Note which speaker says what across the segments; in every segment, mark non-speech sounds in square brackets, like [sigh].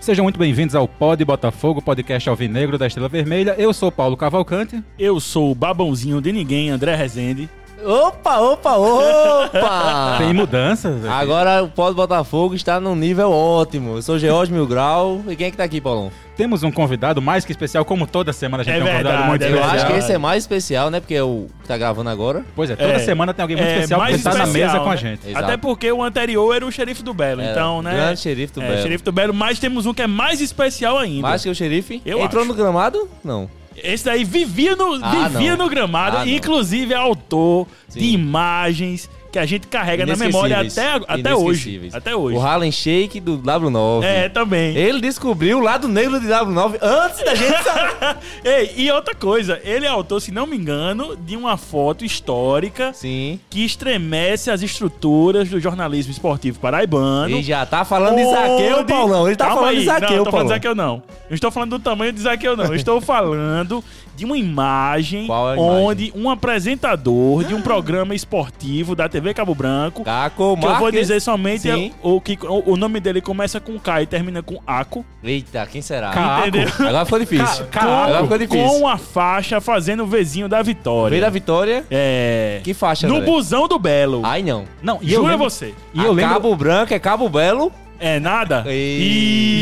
Speaker 1: Sejam muito bem-vindos ao Pod Botafogo, podcast alvinegro da Estrela Vermelha. Eu sou Paulo Cavalcante.
Speaker 2: Eu sou o babãozinho de ninguém, André Rezende.
Speaker 3: Opa, opa,
Speaker 2: [laughs]
Speaker 3: opa!
Speaker 1: Tem mudanças? aqui?
Speaker 3: Ah. Agora o Pó do Botafogo está num nível ótimo. Eu sou George Mil Grau. E quem é que tá aqui, Paulão?
Speaker 1: Temos um convidado mais que especial, como toda semana a gente
Speaker 2: É
Speaker 1: tem um convidado
Speaker 2: verdade,
Speaker 1: muito
Speaker 2: é
Speaker 3: Eu
Speaker 1: especial.
Speaker 3: acho que esse é mais especial, né? Porque é o que tá gravando agora.
Speaker 1: Pois é, toda
Speaker 2: É.
Speaker 1: semana tem alguém muito
Speaker 2: É,
Speaker 1: especial que
Speaker 2: mais
Speaker 1: está na
Speaker 2: especial,
Speaker 1: mesa com a
Speaker 2: né?
Speaker 1: gente.
Speaker 3: Exato.
Speaker 2: Até porque o anterior era o xerife do Belo,
Speaker 3: É,
Speaker 2: então, né?
Speaker 3: Grande xerife do
Speaker 2: é,
Speaker 3: Belo.
Speaker 2: xerife do Belo, mas temos um que é mais especial ainda.
Speaker 3: Mais que o xerife.
Speaker 2: Eu
Speaker 3: Entrou
Speaker 2: acho.
Speaker 3: no gramado? Não.
Speaker 2: Esse daí vivia no,
Speaker 3: Ah,
Speaker 2: vivia
Speaker 3: não.
Speaker 2: no gramado,
Speaker 3: Ah, não.
Speaker 2: inclusive é autor
Speaker 3: Sim.
Speaker 2: de imagens que a gente carrega na memória
Speaker 3: Inesquecíveis.
Speaker 2: até, até hoje.
Speaker 3: Inesquecíveis.
Speaker 2: Até hoje.
Speaker 3: O Harlem Shake do W9.
Speaker 2: É, também.
Speaker 3: Ele descobriu o lado negro de W9 antes
Speaker 2: [laughs]
Speaker 3: da gente saber.
Speaker 2: Ei, e outra coisa, ele é autor, se não me engano, de uma foto histórica
Speaker 3: Sim.
Speaker 2: que estremece as estruturas do jornalismo esportivo paraibano.
Speaker 3: Ele já tá falando de Zaqueu,
Speaker 2: Onde-
Speaker 3: Paulão. Ele tá
Speaker 2: Calma
Speaker 3: falando de
Speaker 2: aí. Não,
Speaker 3: Zaqueu,
Speaker 2: eu tô falando de
Speaker 3: Paulão.
Speaker 2: Zaqueu, não. Não estou falando do tamanho de Zaqueu, não. Eu
Speaker 3: [laughs]
Speaker 2: estou falando de uma imagem
Speaker 3: Qual é a Ah!
Speaker 2: onde um apresentador de um programa esportivo da TV Cabo Branco,
Speaker 3: Caco
Speaker 2: que eu vou
Speaker 3: Marques.
Speaker 2: dizer somente
Speaker 3: Sim.
Speaker 2: o, que, o, o nome dele começa com K e termina com Aco,
Speaker 3: Eita, quem será?
Speaker 1: Caco.
Speaker 2: entendeu?
Speaker 3: Agora ficou difícil.
Speaker 1: Ca- Caco.
Speaker 3: Agora ficou é difícil.
Speaker 2: com a faixa fazendo o vizinho da vitória.
Speaker 3: Veio da vitória.
Speaker 2: É.
Speaker 3: Que faixa,
Speaker 2: no
Speaker 3: André? Ah,
Speaker 2: busão do Belo.
Speaker 3: Ai, não.
Speaker 1: Não, e eu
Speaker 2: Jura
Speaker 1: lembro,
Speaker 2: é você.
Speaker 1: E eu
Speaker 3: A
Speaker 1: lembro,
Speaker 3: Cabo Branco é Cabo Belo.
Speaker 2: É nada?
Speaker 3: Ei.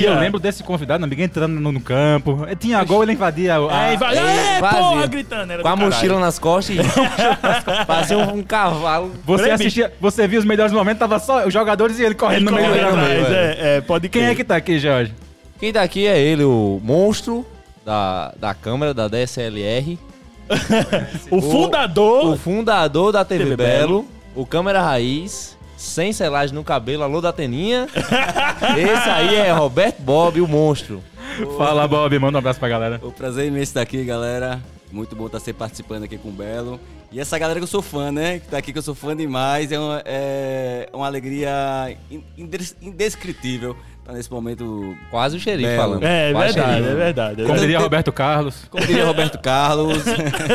Speaker 1: e eu lembro desse convidado, amigo, entrando no, no campo. Eh, Tinha gol, ele invadia a-
Speaker 2: É, e vai,
Speaker 3: Ei,
Speaker 2: é,
Speaker 3: vazio.
Speaker 2: porra, gritando. Era
Speaker 3: Com a
Speaker 2: do caralho.
Speaker 3: mochila nas costas e fazia um, um cavalo.
Speaker 1: Você
Speaker 2: Peraí,
Speaker 1: assistia, você via os melhores momentos, tava só os jogadores e ele correndo
Speaker 2: Ele
Speaker 1: no meio
Speaker 2: corre
Speaker 1: do campo.
Speaker 2: atrás,
Speaker 3: velho.
Speaker 2: é, é, pode
Speaker 1: Quem
Speaker 2: crer.
Speaker 1: é que tá aqui, Jorge?
Speaker 3: Quem daqui é ele, o monstro da, da câmera, da DSLR.
Speaker 2: O fundador.
Speaker 3: O fundador da TV,
Speaker 2: TV
Speaker 3: Belo, O câmera raiz. Sem selagem no cabelo, alô da Teninha. Esse aí é Roberto Bob, o monstro.
Speaker 1: Fala, Bob, manda um abraço pra galera.
Speaker 4: O prazer é imenso estar aqui, galera. Muito bom estar sempre participando aqui com o Belo. E essa galera que eu sou fã, né? Que tá aqui que eu sou fã demais. É uma, é uma alegria in- indes- indescritível estar nesse momento.
Speaker 3: Quase o xerife
Speaker 4: Belo.
Speaker 3: falando.
Speaker 2: É,
Speaker 3: Quase o
Speaker 2: verdade,
Speaker 3: xerife.
Speaker 2: é verdade, é
Speaker 1: Como
Speaker 2: verdade.
Speaker 1: diria Roberto Carlos.
Speaker 4: Como diria Roberto Carlos.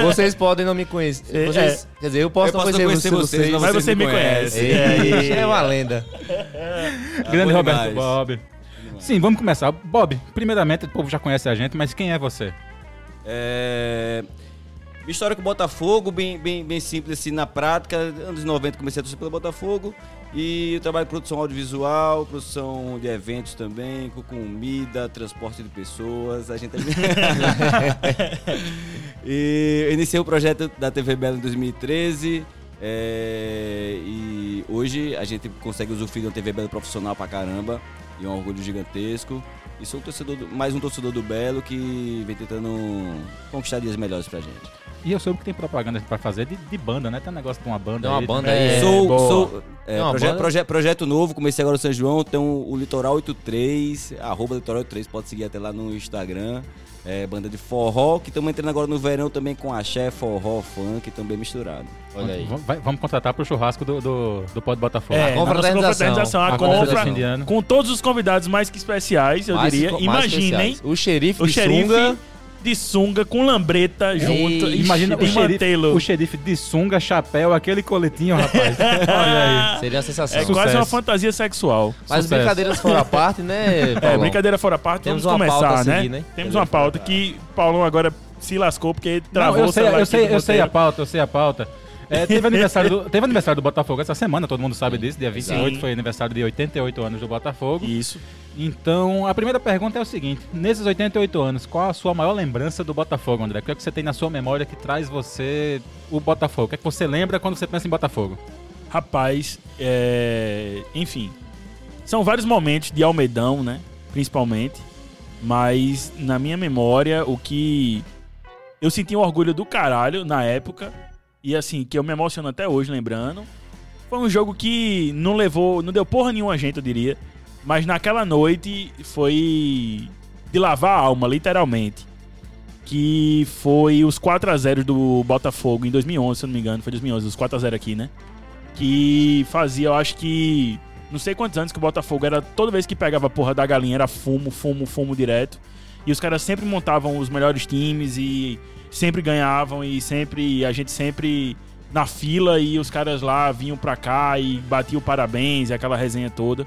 Speaker 3: Vocês podem não me conhecer.
Speaker 2: É,
Speaker 3: Vocês- Quer dizer, eu posso,
Speaker 4: Eu posso
Speaker 3: não conhecer,
Speaker 4: conhecer vocês,
Speaker 3: vocês.
Speaker 4: mas
Speaker 2: Mas você
Speaker 4: Vocês me
Speaker 2: me conhece.
Speaker 3: Ei,
Speaker 2: É, e-
Speaker 3: [laughs] é uma lenda.
Speaker 1: Grande
Speaker 4: bom
Speaker 1: Roberto
Speaker 4: demais.
Speaker 1: Bob. Sim, vamos começar. Bob, primeiramente, o povo já conhece a gente, mas quem é você?
Speaker 4: É... Minha história com o Botafogo, bem, bem, bem simples assim, na prática. Anos 90 comecei a torcer pelo Botafogo. E eu trabalho em produção audiovisual, produção de eventos também, com comida, transporte de pessoas. A gente é... E eu iniciei o projeto da TV Belo em 2013. é, e hoje a gente consegue usufruir de uma TV Belo profissional pra caramba. E é um orgulho gigantesco. E sou um torcedor do- mais um torcedor do Belo que vem tentando conquistar dias melhores pra gente.
Speaker 1: E eu soube que tem propaganda pra fazer de, de banda, né? Tem um negócio de uma banda
Speaker 3: Tem uma
Speaker 1: aí
Speaker 3: banda
Speaker 1: também.
Speaker 3: aí. É,
Speaker 4: sou.
Speaker 1: boa.
Speaker 4: sou- é,
Speaker 3: É uma
Speaker 4: proje-
Speaker 3: banda-
Speaker 4: proje- projeto novo, comecei agora no São João. Tem um, o, o Litoral 83, arroba Litoral 83, pode seguir até lá no Instagram. É, banda de forró, que estamos entrando agora no verão também com axé, forró, funk, também misturado.
Speaker 3: Olha aí.
Speaker 1: Vamos, vai- vamos contratar pro churrasco do, do, do Pod Botafogo.
Speaker 2: É,
Speaker 3: A
Speaker 2: na nossa
Speaker 3: confraternização.
Speaker 2: confraternização, a
Speaker 3: A
Speaker 2: compra
Speaker 3: confraternização de
Speaker 1: ano.
Speaker 2: com todos os convidados mais que especiais, eu
Speaker 3: Mais-
Speaker 2: diria.
Speaker 3: mais
Speaker 2: Imaginem
Speaker 3: especiais. O xerife
Speaker 2: o
Speaker 3: de
Speaker 2: xerife
Speaker 3: sunga.
Speaker 2: de sunga com lambreta junto.
Speaker 3: Ixi,
Speaker 1: Imagina o
Speaker 2: e
Speaker 1: xerife,
Speaker 2: mantê-lo.
Speaker 1: o xerife de sunga, chapéu, aquele coletinho, rapaz. Olha aí.
Speaker 3: Seria uma sensação.
Speaker 2: É quase uma fantasia sexual.
Speaker 3: Mas
Speaker 1: Sucesso.
Speaker 3: brincadeiras fora a parte,
Speaker 2: [laughs]
Speaker 3: né,
Speaker 1: Tá
Speaker 2: É,
Speaker 3: Paulão?
Speaker 2: brincadeira fora a parte,
Speaker 3: Temos
Speaker 2: vamos
Speaker 3: uma
Speaker 2: começar,
Speaker 3: pauta a
Speaker 2: né?
Speaker 3: seguir, né?
Speaker 2: Temos uma pauta que Paulão agora se lascou porque
Speaker 1: Não,
Speaker 2: travou
Speaker 1: eu
Speaker 2: o
Speaker 1: sei,
Speaker 2: celular
Speaker 1: eu
Speaker 2: aqui
Speaker 1: sei,
Speaker 2: do
Speaker 1: eu sei a
Speaker 2: roteiro.
Speaker 1: pauta, eu sei a pauta. É, teve, aniversário do, teve aniversário do Botafogo essa semana, todo mundo sabe disso. Dia 28
Speaker 2: Sim.
Speaker 1: foi aniversário de 88 anos do Botafogo.
Speaker 2: Isso.
Speaker 1: Então, a primeira pergunta é o seguinte: nesses 88 anos, qual a sua maior lembrança do Botafogo, André? O que é que você tem na sua memória que traz você o Botafogo? O que é que você lembra quando você pensa em Botafogo?
Speaker 2: Rapaz, é... enfim, são vários momentos de Almedão, né? Principalmente, mas na minha memória, o que eu senti um orgulho do caralho na época e assim que eu me emociono até hoje lembrando, foi um jogo que não levou, não deu porra nenhuma a gente, eu diria, mas naquela noite foi de lavar a alma, literalmente. Que foi os 4 a 0 do Botafogo em 2011, se eu não me engano, foi 2011, os 4 a 0 aqui, né? que fazia, eu acho que. Não sei quantos anos que o Botafogo era. Toda vez que pegava a porra da galinha, era fumo, fumo, fumo direto. E os caras sempre montavam os melhores times e sempre ganhavam e sempre. A gente sempre na fila e os caras lá vinham pra cá e batiam parabéns e aquela resenha toda.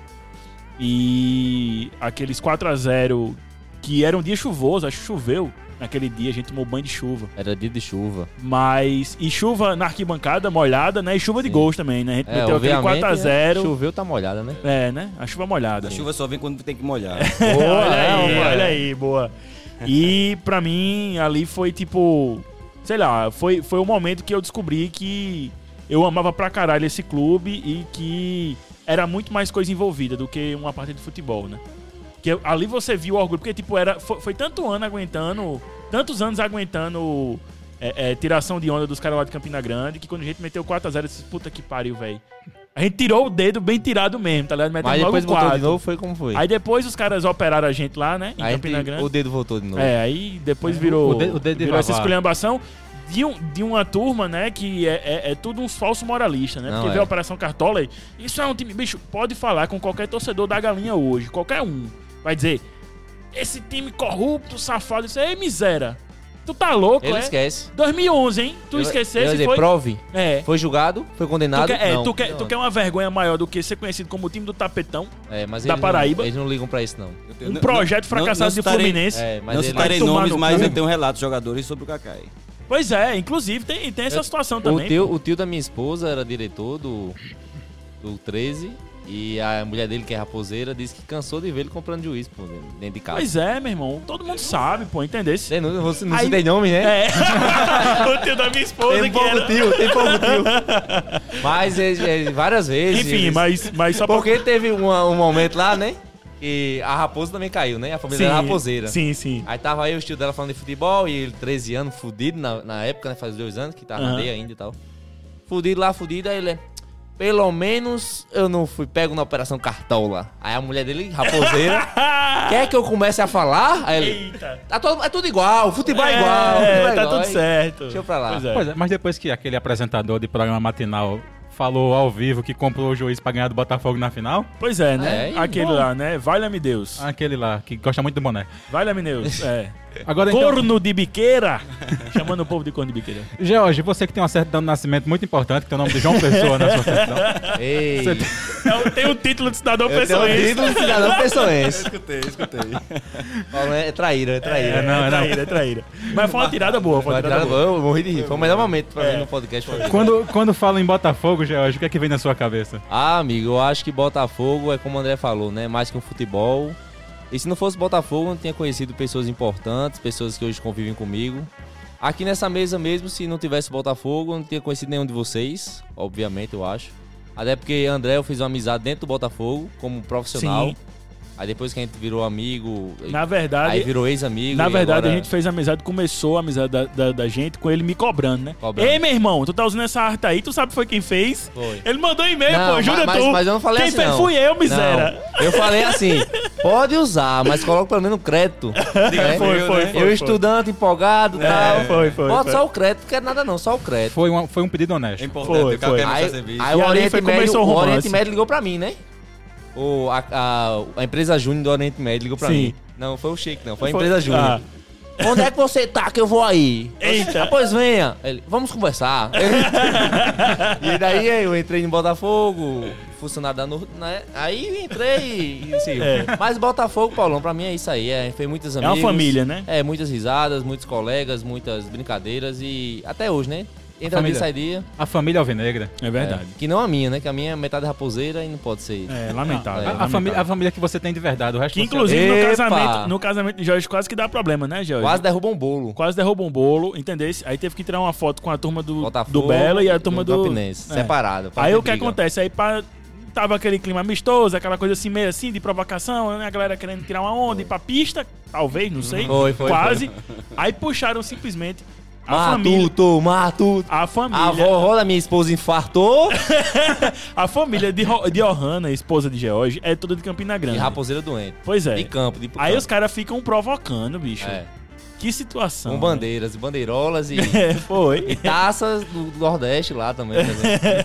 Speaker 2: E aqueles 4 a 0 que era um dia chuvoso, acho que choveu naquele dia, a gente tomou banho de chuva.
Speaker 3: Era dia de chuva.
Speaker 2: Mas. E chuva na arquibancada, molhada, né? E chuva de
Speaker 3: Sim.
Speaker 2: gols também, né? A gente
Speaker 3: É,
Speaker 2: meteu aquele
Speaker 3: obviamente,
Speaker 2: 4x0.
Speaker 3: Choveu, tá molhada, né?
Speaker 2: É, né? A chuva molhada.
Speaker 4: A chuva só vem quando tem que molhar.
Speaker 2: [laughs] olha, aí,
Speaker 3: é.
Speaker 2: olha aí, boa. E pra mim, ali foi tipo. Sei lá, foi, foi o momento que eu descobri que eu amava pra caralho esse clube e que era muito mais coisa envolvida do que uma partida de futebol, né? Que eu- ali você viu o orgulho, porque tipo, era, foi, foi tanto ano aguentando, tantos anos aguentando é, é, tiração de onda dos caras lá de Campina Grande, que quando a gente meteu 4x0, eu disse, puta que pariu, velho. A gente tirou o dedo bem tirado mesmo, tá ligado? Metemos
Speaker 3: Mas depois
Speaker 2: logo
Speaker 3: voltou de
Speaker 2: quatro.
Speaker 3: novo, foi como foi.
Speaker 2: Aí depois os caras operaram a gente lá, né? Em
Speaker 3: Aí
Speaker 2: Campina
Speaker 3: tem-
Speaker 2: Grande.
Speaker 3: o dedo voltou de novo.
Speaker 2: É, aí depois virou,
Speaker 1: O de- o dedo de
Speaker 2: virou essa
Speaker 1: lavar.
Speaker 2: esculhambação de, um- de uma turma, né? Que é, é- é tudo uns falsos moralistas, né?
Speaker 3: Não,
Speaker 2: Porque
Speaker 3: é.
Speaker 2: vê a Operação Cartola e isso é um time. Bicho, pode falar com qualquer torcedor da galinha hoje, qualquer um. Vai dizer: esse time corrupto, safado, isso é miséria. Tu tá louco,
Speaker 3: Ele
Speaker 2: é?
Speaker 3: esquece.
Speaker 2: 2011, hein? Tu
Speaker 3: Eu- eu ia
Speaker 2: esquecesse
Speaker 3: dizer,
Speaker 2: foi.
Speaker 3: Prove.
Speaker 2: É.
Speaker 3: Foi julgado, foi condenado.
Speaker 2: Tu quer, é,
Speaker 3: não.
Speaker 2: tu, quer,
Speaker 3: Não.
Speaker 2: tu quer uma vergonha maior do que ser conhecido como o time do tapetão?
Speaker 3: É, mas
Speaker 2: da
Speaker 3: eles
Speaker 2: Paraíba.
Speaker 3: Não, eles não ligam pra isso, não.
Speaker 4: Eu tenho-
Speaker 2: Um
Speaker 4: não-
Speaker 2: projeto
Speaker 4: não- não
Speaker 2: fracassado de
Speaker 4: citarei-
Speaker 2: Fluminense.
Speaker 3: É, mas
Speaker 4: não
Speaker 3: ele...
Speaker 4: citarei
Speaker 2: Vai tomar
Speaker 4: nomes,
Speaker 2: no
Speaker 4: mas
Speaker 2: cu.
Speaker 4: eu tenho relatos de jogadores sobre o Kakai.
Speaker 2: Pois é, inclusive tem, tem essa situação
Speaker 3: o,
Speaker 2: também.
Speaker 3: tio, o tio da minha esposa era diretor do, do 13 e a mulher dele, que é raposeira, disse que cansou de ver ele comprando juiz, pô, dentro de casa.
Speaker 2: Pois é, meu irmão. Todo mundo sabe, pô, entendeu?
Speaker 3: Você não, você não
Speaker 2: Aí-
Speaker 3: citei nome,
Speaker 2: É.
Speaker 3: né?
Speaker 2: [laughs] o tio da minha esposa
Speaker 3: tem
Speaker 2: que
Speaker 3: pouco
Speaker 2: era...
Speaker 3: tio, tem pouco
Speaker 2: [laughs]
Speaker 3: tio. Mas é, é, várias vezes.
Speaker 2: Enfim,
Speaker 3: eles-
Speaker 2: mas, mas só pra-
Speaker 3: Porque teve uma- um momento lá, né? Que a raposa também caiu, né? A família era raposeira.
Speaker 2: Sim, sim.
Speaker 3: Aí tava aí o tio dela falando de futebol e ele 13 anos, fudido na, na época, né? Faz dois anos que tava na
Speaker 2: Aham.
Speaker 3: meia ainda e tal. Fudido lá, fudido, aí ele pelo menos eu não fui pego na Operação Cartola. Aí a mulher dele, raposeira,
Speaker 2: [laughs]
Speaker 3: quer que eu comece a falar? Aí ele,
Speaker 2: Eita.
Speaker 3: tá todo- é tudo igual, futebol é,
Speaker 2: É,
Speaker 3: igual. futebol
Speaker 2: tá
Speaker 3: é igual."
Speaker 2: tudo
Speaker 3: Aí-
Speaker 2: certo.
Speaker 3: Deixa eu pra lá.
Speaker 2: Pois é.
Speaker 1: Pois é, mas depois que aquele apresentador de programa matinal falou ao vivo que comprou o juiz pra ganhar do Botafogo na final,
Speaker 2: Pois é, né?
Speaker 3: É, e
Speaker 2: Aquele
Speaker 3: bom. Ah.
Speaker 2: lá, né? Valha-me Deus.
Speaker 1: aquele lá que gosta muito do boné.
Speaker 2: Valha-me Deus. É.
Speaker 1: Agora então,
Speaker 2: Corno de
Speaker 3: [laughs]
Speaker 2: biqueira. Chamando o povo de corno de biqueira.
Speaker 1: George, você que tem uma certidão de nascimento muito importante, que tem o nome de João Pessoa na sua certidão.
Speaker 3: Ei,
Speaker 1: Você-
Speaker 2: É o- Tem o título de cidadão é
Speaker 3: eu tenho um
Speaker 2: pessoalista.
Speaker 3: título de cidadão
Speaker 2: [laughs]
Speaker 3: pessoense.
Speaker 4: Escutei, escutei.
Speaker 3: Falando, É traíra, é traíra.
Speaker 1: É, não, não.
Speaker 2: é traíra, é traíra. Mas foi uma tirada boa, foi uma
Speaker 3: Mas,
Speaker 2: tirada
Speaker 3: cara,
Speaker 2: boa.
Speaker 3: eu morri de rir. Foi o melhor momento pra
Speaker 2: É.
Speaker 3: mim no podcast. foi.
Speaker 1: Quando, quando fala em Botafogo, George, o que é que vem na sua cabeça?
Speaker 3: Ah, amigo, eu acho que Botafogo é como o André falou, né? Mais que um futebol. E se não fosse Botafogo, eu não tinha conhecido pessoas importantes, pessoas que hoje convivem comigo. Aqui nessa mesa mesmo, se não tivesse Botafogo, eu não tinha conhecido nenhum de vocês, obviamente, eu acho. Até porque André eu fiz uma amizade dentro do Botafogo, como profissional.
Speaker 2: Sim.
Speaker 3: Aí depois que a gente virou amigo,
Speaker 2: Na verdade,
Speaker 3: aí virou ex-amigo.
Speaker 2: Na
Speaker 3: e
Speaker 2: verdade,
Speaker 3: agora-
Speaker 2: a gente fez amizade, começou a amizade da, da- da gente com ele me cobrando, né?
Speaker 3: Cobrando.
Speaker 2: Ei, meu irmão, tu tá usando essa arte aí, tu sabe foi quem fez?
Speaker 3: Foi.
Speaker 2: Ele mandou e-mail,
Speaker 3: Não,
Speaker 2: É, pô, jura
Speaker 3: mas,
Speaker 2: tu.
Speaker 3: Mas, mas eu não falei
Speaker 2: quem
Speaker 3: assim,
Speaker 2: fez
Speaker 3: não.
Speaker 2: fui eu, miséria.
Speaker 3: Não, Eu falei assim, pode usar, mas coloca pelo menos
Speaker 2: [laughs]
Speaker 3: crédito. né?
Speaker 2: Foi, foi, foi. É,
Speaker 3: Eu estudante, empolgado e tal.
Speaker 2: foi, foi,
Speaker 3: Bota
Speaker 2: foi.
Speaker 3: só o crédito, não quer nada não, só o crédito.
Speaker 1: Foi, uma- foi um pedido
Speaker 4: [laughs] É
Speaker 1: honesto.
Speaker 4: importante,
Speaker 2: Foi,
Speaker 4: o Kakai
Speaker 2: foi.
Speaker 4: mostra
Speaker 3: Aí,
Speaker 4: serviço.
Speaker 3: aí o,
Speaker 2: E ali
Speaker 3: Oriente
Speaker 2: foi-
Speaker 3: Médio,
Speaker 2: começou o
Speaker 3: o
Speaker 2: romance.
Speaker 3: Oriente Médio ligou pra mim, né? O, a, a- a empresa Júnior do Oriente Médio ligou pra
Speaker 2: Sim.
Speaker 3: mim. Não, foi o Chico, não. Foi a empresa Júnior.
Speaker 2: Ah,
Speaker 3: Onde é que você tá que eu vou aí?
Speaker 2: Eita.
Speaker 3: Ah, pois venha. Ele,
Speaker 2: [laughs]
Speaker 3: vamos conversar. e daí eu entrei no Botafogo, funcionário da Nor- né? Aí entrei e assim,
Speaker 2: É.
Speaker 3: Mas Botafogo, Paulão, pra mim é isso aí. É, foi muitos
Speaker 2: uma
Speaker 3: amigos.
Speaker 2: família, né?
Speaker 3: É, muitas risadas, muitos colegas, muitas brincadeiras e até hoje, né? Entra dia,
Speaker 1: Família.
Speaker 3: sai dia.
Speaker 1: A família Alvinegra.
Speaker 2: é verdade.
Speaker 3: É, que não a minha, né? Que a minha é metade raposeira e não pode ser.
Speaker 2: É, lamentável.
Speaker 3: É,
Speaker 1: A- a,
Speaker 2: lamentável.
Speaker 1: família, a família que você tem de verdade, o resto
Speaker 2: Que
Speaker 1: você-
Speaker 2: inclusive no
Speaker 3: Epa.
Speaker 2: casamento, no casamento de Jorge quase que dá problema, né, Jorge?
Speaker 3: Quase derruba um bolo.
Speaker 2: Quase derrubou um bolo, entendeu? Aí teve que tirar uma foto com a turma do,
Speaker 3: Botafogo
Speaker 2: do Belo e a turma do.
Speaker 3: Campinense,
Speaker 2: É.
Speaker 3: Separado. pra
Speaker 2: Aí
Speaker 3: ter
Speaker 2: o que
Speaker 3: briga.
Speaker 2: acontece? Aí pá, tava aquele clima amistoso, aquela coisa assim, meio assim, de provocação, né? A galera querendo tirar uma onda, ir pra pista, talvez, não sei.
Speaker 3: Foi, foi,
Speaker 2: Quase. Aí puxaram simplesmente a família.
Speaker 3: Matuto, matuto.
Speaker 2: A
Speaker 3: A
Speaker 2: família.
Speaker 3: vovó da minha esposa infartou
Speaker 2: A família de, Ro- de Ohana, esposa de George, é toda de Campina
Speaker 3: e
Speaker 2: Grande.
Speaker 3: raposeira doente.
Speaker 2: Pois é.
Speaker 3: De campo, de
Speaker 2: Aí
Speaker 3: campo.
Speaker 2: os caras ficam provocando, bicho.
Speaker 3: É, Um
Speaker 2: Que situação.
Speaker 3: com bandeiras, e bandeirolas e
Speaker 2: [laughs] É, foi.
Speaker 3: taças do Nordeste lá também.
Speaker 2: [laughs]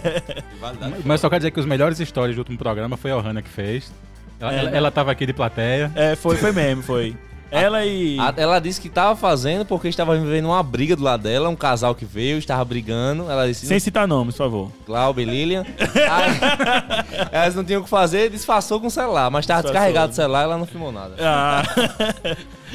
Speaker 4: Validade.
Speaker 1: Mas só quero dizer que os melhores stories do último programa foi a Ohana que fez. Ela,
Speaker 2: É,
Speaker 1: ela,
Speaker 2: né?
Speaker 1: ela tava aqui de plateia.
Speaker 2: É, foi, foi mesmo, foi. Ela e.
Speaker 3: A- Ela disse que tava fazendo porque estava vivendo uma briga do lado dela, um casal que veio, estava brigando. Ela disse,
Speaker 2: Sem citar nomes, por favor.
Speaker 3: Glauber e Lilian. Aí, [laughs] elas não tinham o que fazer, disfarçou com o celular, mas tava
Speaker 2: Disfarçou,
Speaker 3: descarregado
Speaker 2: né?
Speaker 3: o celular e ela não filmou nada.
Speaker 2: Ah,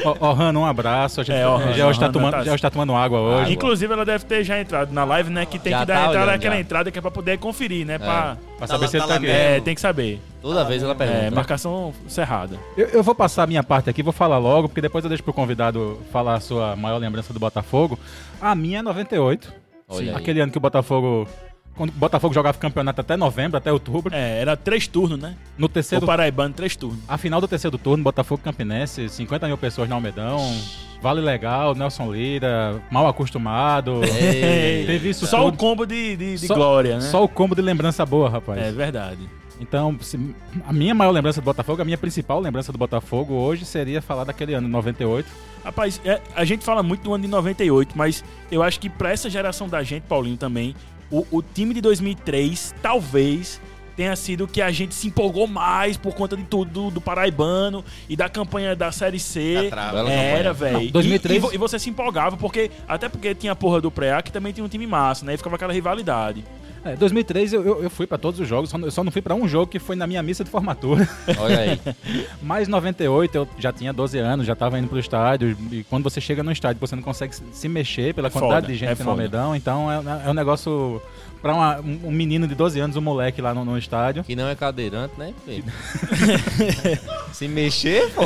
Speaker 1: Ó, ó, Hanna, um abraço. A gente
Speaker 2: É, ó, Hanna,
Speaker 1: já, hoje tá
Speaker 2: Hanna
Speaker 1: tomando,
Speaker 2: tá-
Speaker 1: já hoje tá tomando água hoje.
Speaker 3: Água.
Speaker 2: inclusive, ela deve ter já entrado na live, né? Que tem
Speaker 3: Já
Speaker 2: que dar
Speaker 3: tá
Speaker 2: a entrada,
Speaker 3: olhando,
Speaker 2: aquela
Speaker 3: já.
Speaker 2: entrada que é pra poder conferir, né? pra-
Speaker 1: Pra
Speaker 4: Tá
Speaker 1: saber
Speaker 4: lá-
Speaker 1: se ele
Speaker 4: tá
Speaker 1: tá
Speaker 4: lá
Speaker 1: aqui.
Speaker 4: mesmo.
Speaker 2: É, tem que saber.
Speaker 3: Toda vez ela
Speaker 2: É,
Speaker 3: pergunta. né?
Speaker 2: marcação cerrada.
Speaker 1: Eu, eu vou passar a minha parte aqui, vou falar logo, porque depois eu deixo pro convidado falar a sua maior lembrança do Botafogo. A minha é 98.
Speaker 3: Olha aí.
Speaker 1: Aquele ano que o Botafogo. Quando o Botafogo jogava campeonato até novembro, até outubro.
Speaker 2: É, era três turnos, né?
Speaker 1: No
Speaker 2: O
Speaker 1: terceiro.
Speaker 2: Paraibano, três turnos.
Speaker 1: A final do terceiro turno, Botafogo Campinense, 50 mil pessoas no Almedão. Vale legal, Nelson Lira, mal acostumado.
Speaker 3: Ei.
Speaker 1: Teve isso
Speaker 2: Só o
Speaker 1: tudo.
Speaker 2: combo de, de, de
Speaker 1: É. Só-
Speaker 2: glória, né?
Speaker 1: Só o combo de lembrança boa, rapaz.
Speaker 2: É verdade.
Speaker 1: Então, se- a minha maior lembrança do Botafogo, a minha principal lembrança do Botafogo hoje seria falar daquele ano, 98.
Speaker 2: Rapaz, é, a gente fala muito do ano de 98, mas eu acho que pra essa geração da gente, Paulinho, também, o, o time de 2003 talvez tenha sido o que a gente se empolgou mais por conta de tudo do, do Paraibano e da campanha da Série C.
Speaker 3: Bela
Speaker 2: Era,
Speaker 3: campanha.
Speaker 2: velho.
Speaker 1: Não, 2003.
Speaker 2: E, e vo- e você se empolgava, porque. Até porque tinha a porra do Preá, que também tinha um time massa, né? E ficava aquela rivalidade.
Speaker 1: É, 2003 eu, eu- eu fui pra todos os jogos, só não- eu só não fui pra um jogo que foi na minha missa de formatura. [laughs]
Speaker 3: Olha aí.
Speaker 1: Mas 98 eu já tinha 12 anos, já tava indo pro estádio. E quando você chega no estádio, você não consegue se- se mexer pela
Speaker 2: É
Speaker 1: quantidade
Speaker 2: foda,
Speaker 1: de
Speaker 2: é
Speaker 1: gente no
Speaker 2: foda.
Speaker 1: Almedão. Então é, é um negócio pra uma- um um menino de 12 anos, um moleque lá no, no estádio.
Speaker 3: Que não é cadeirante, né?
Speaker 2: [laughs]
Speaker 3: filho? Se mexer, pô.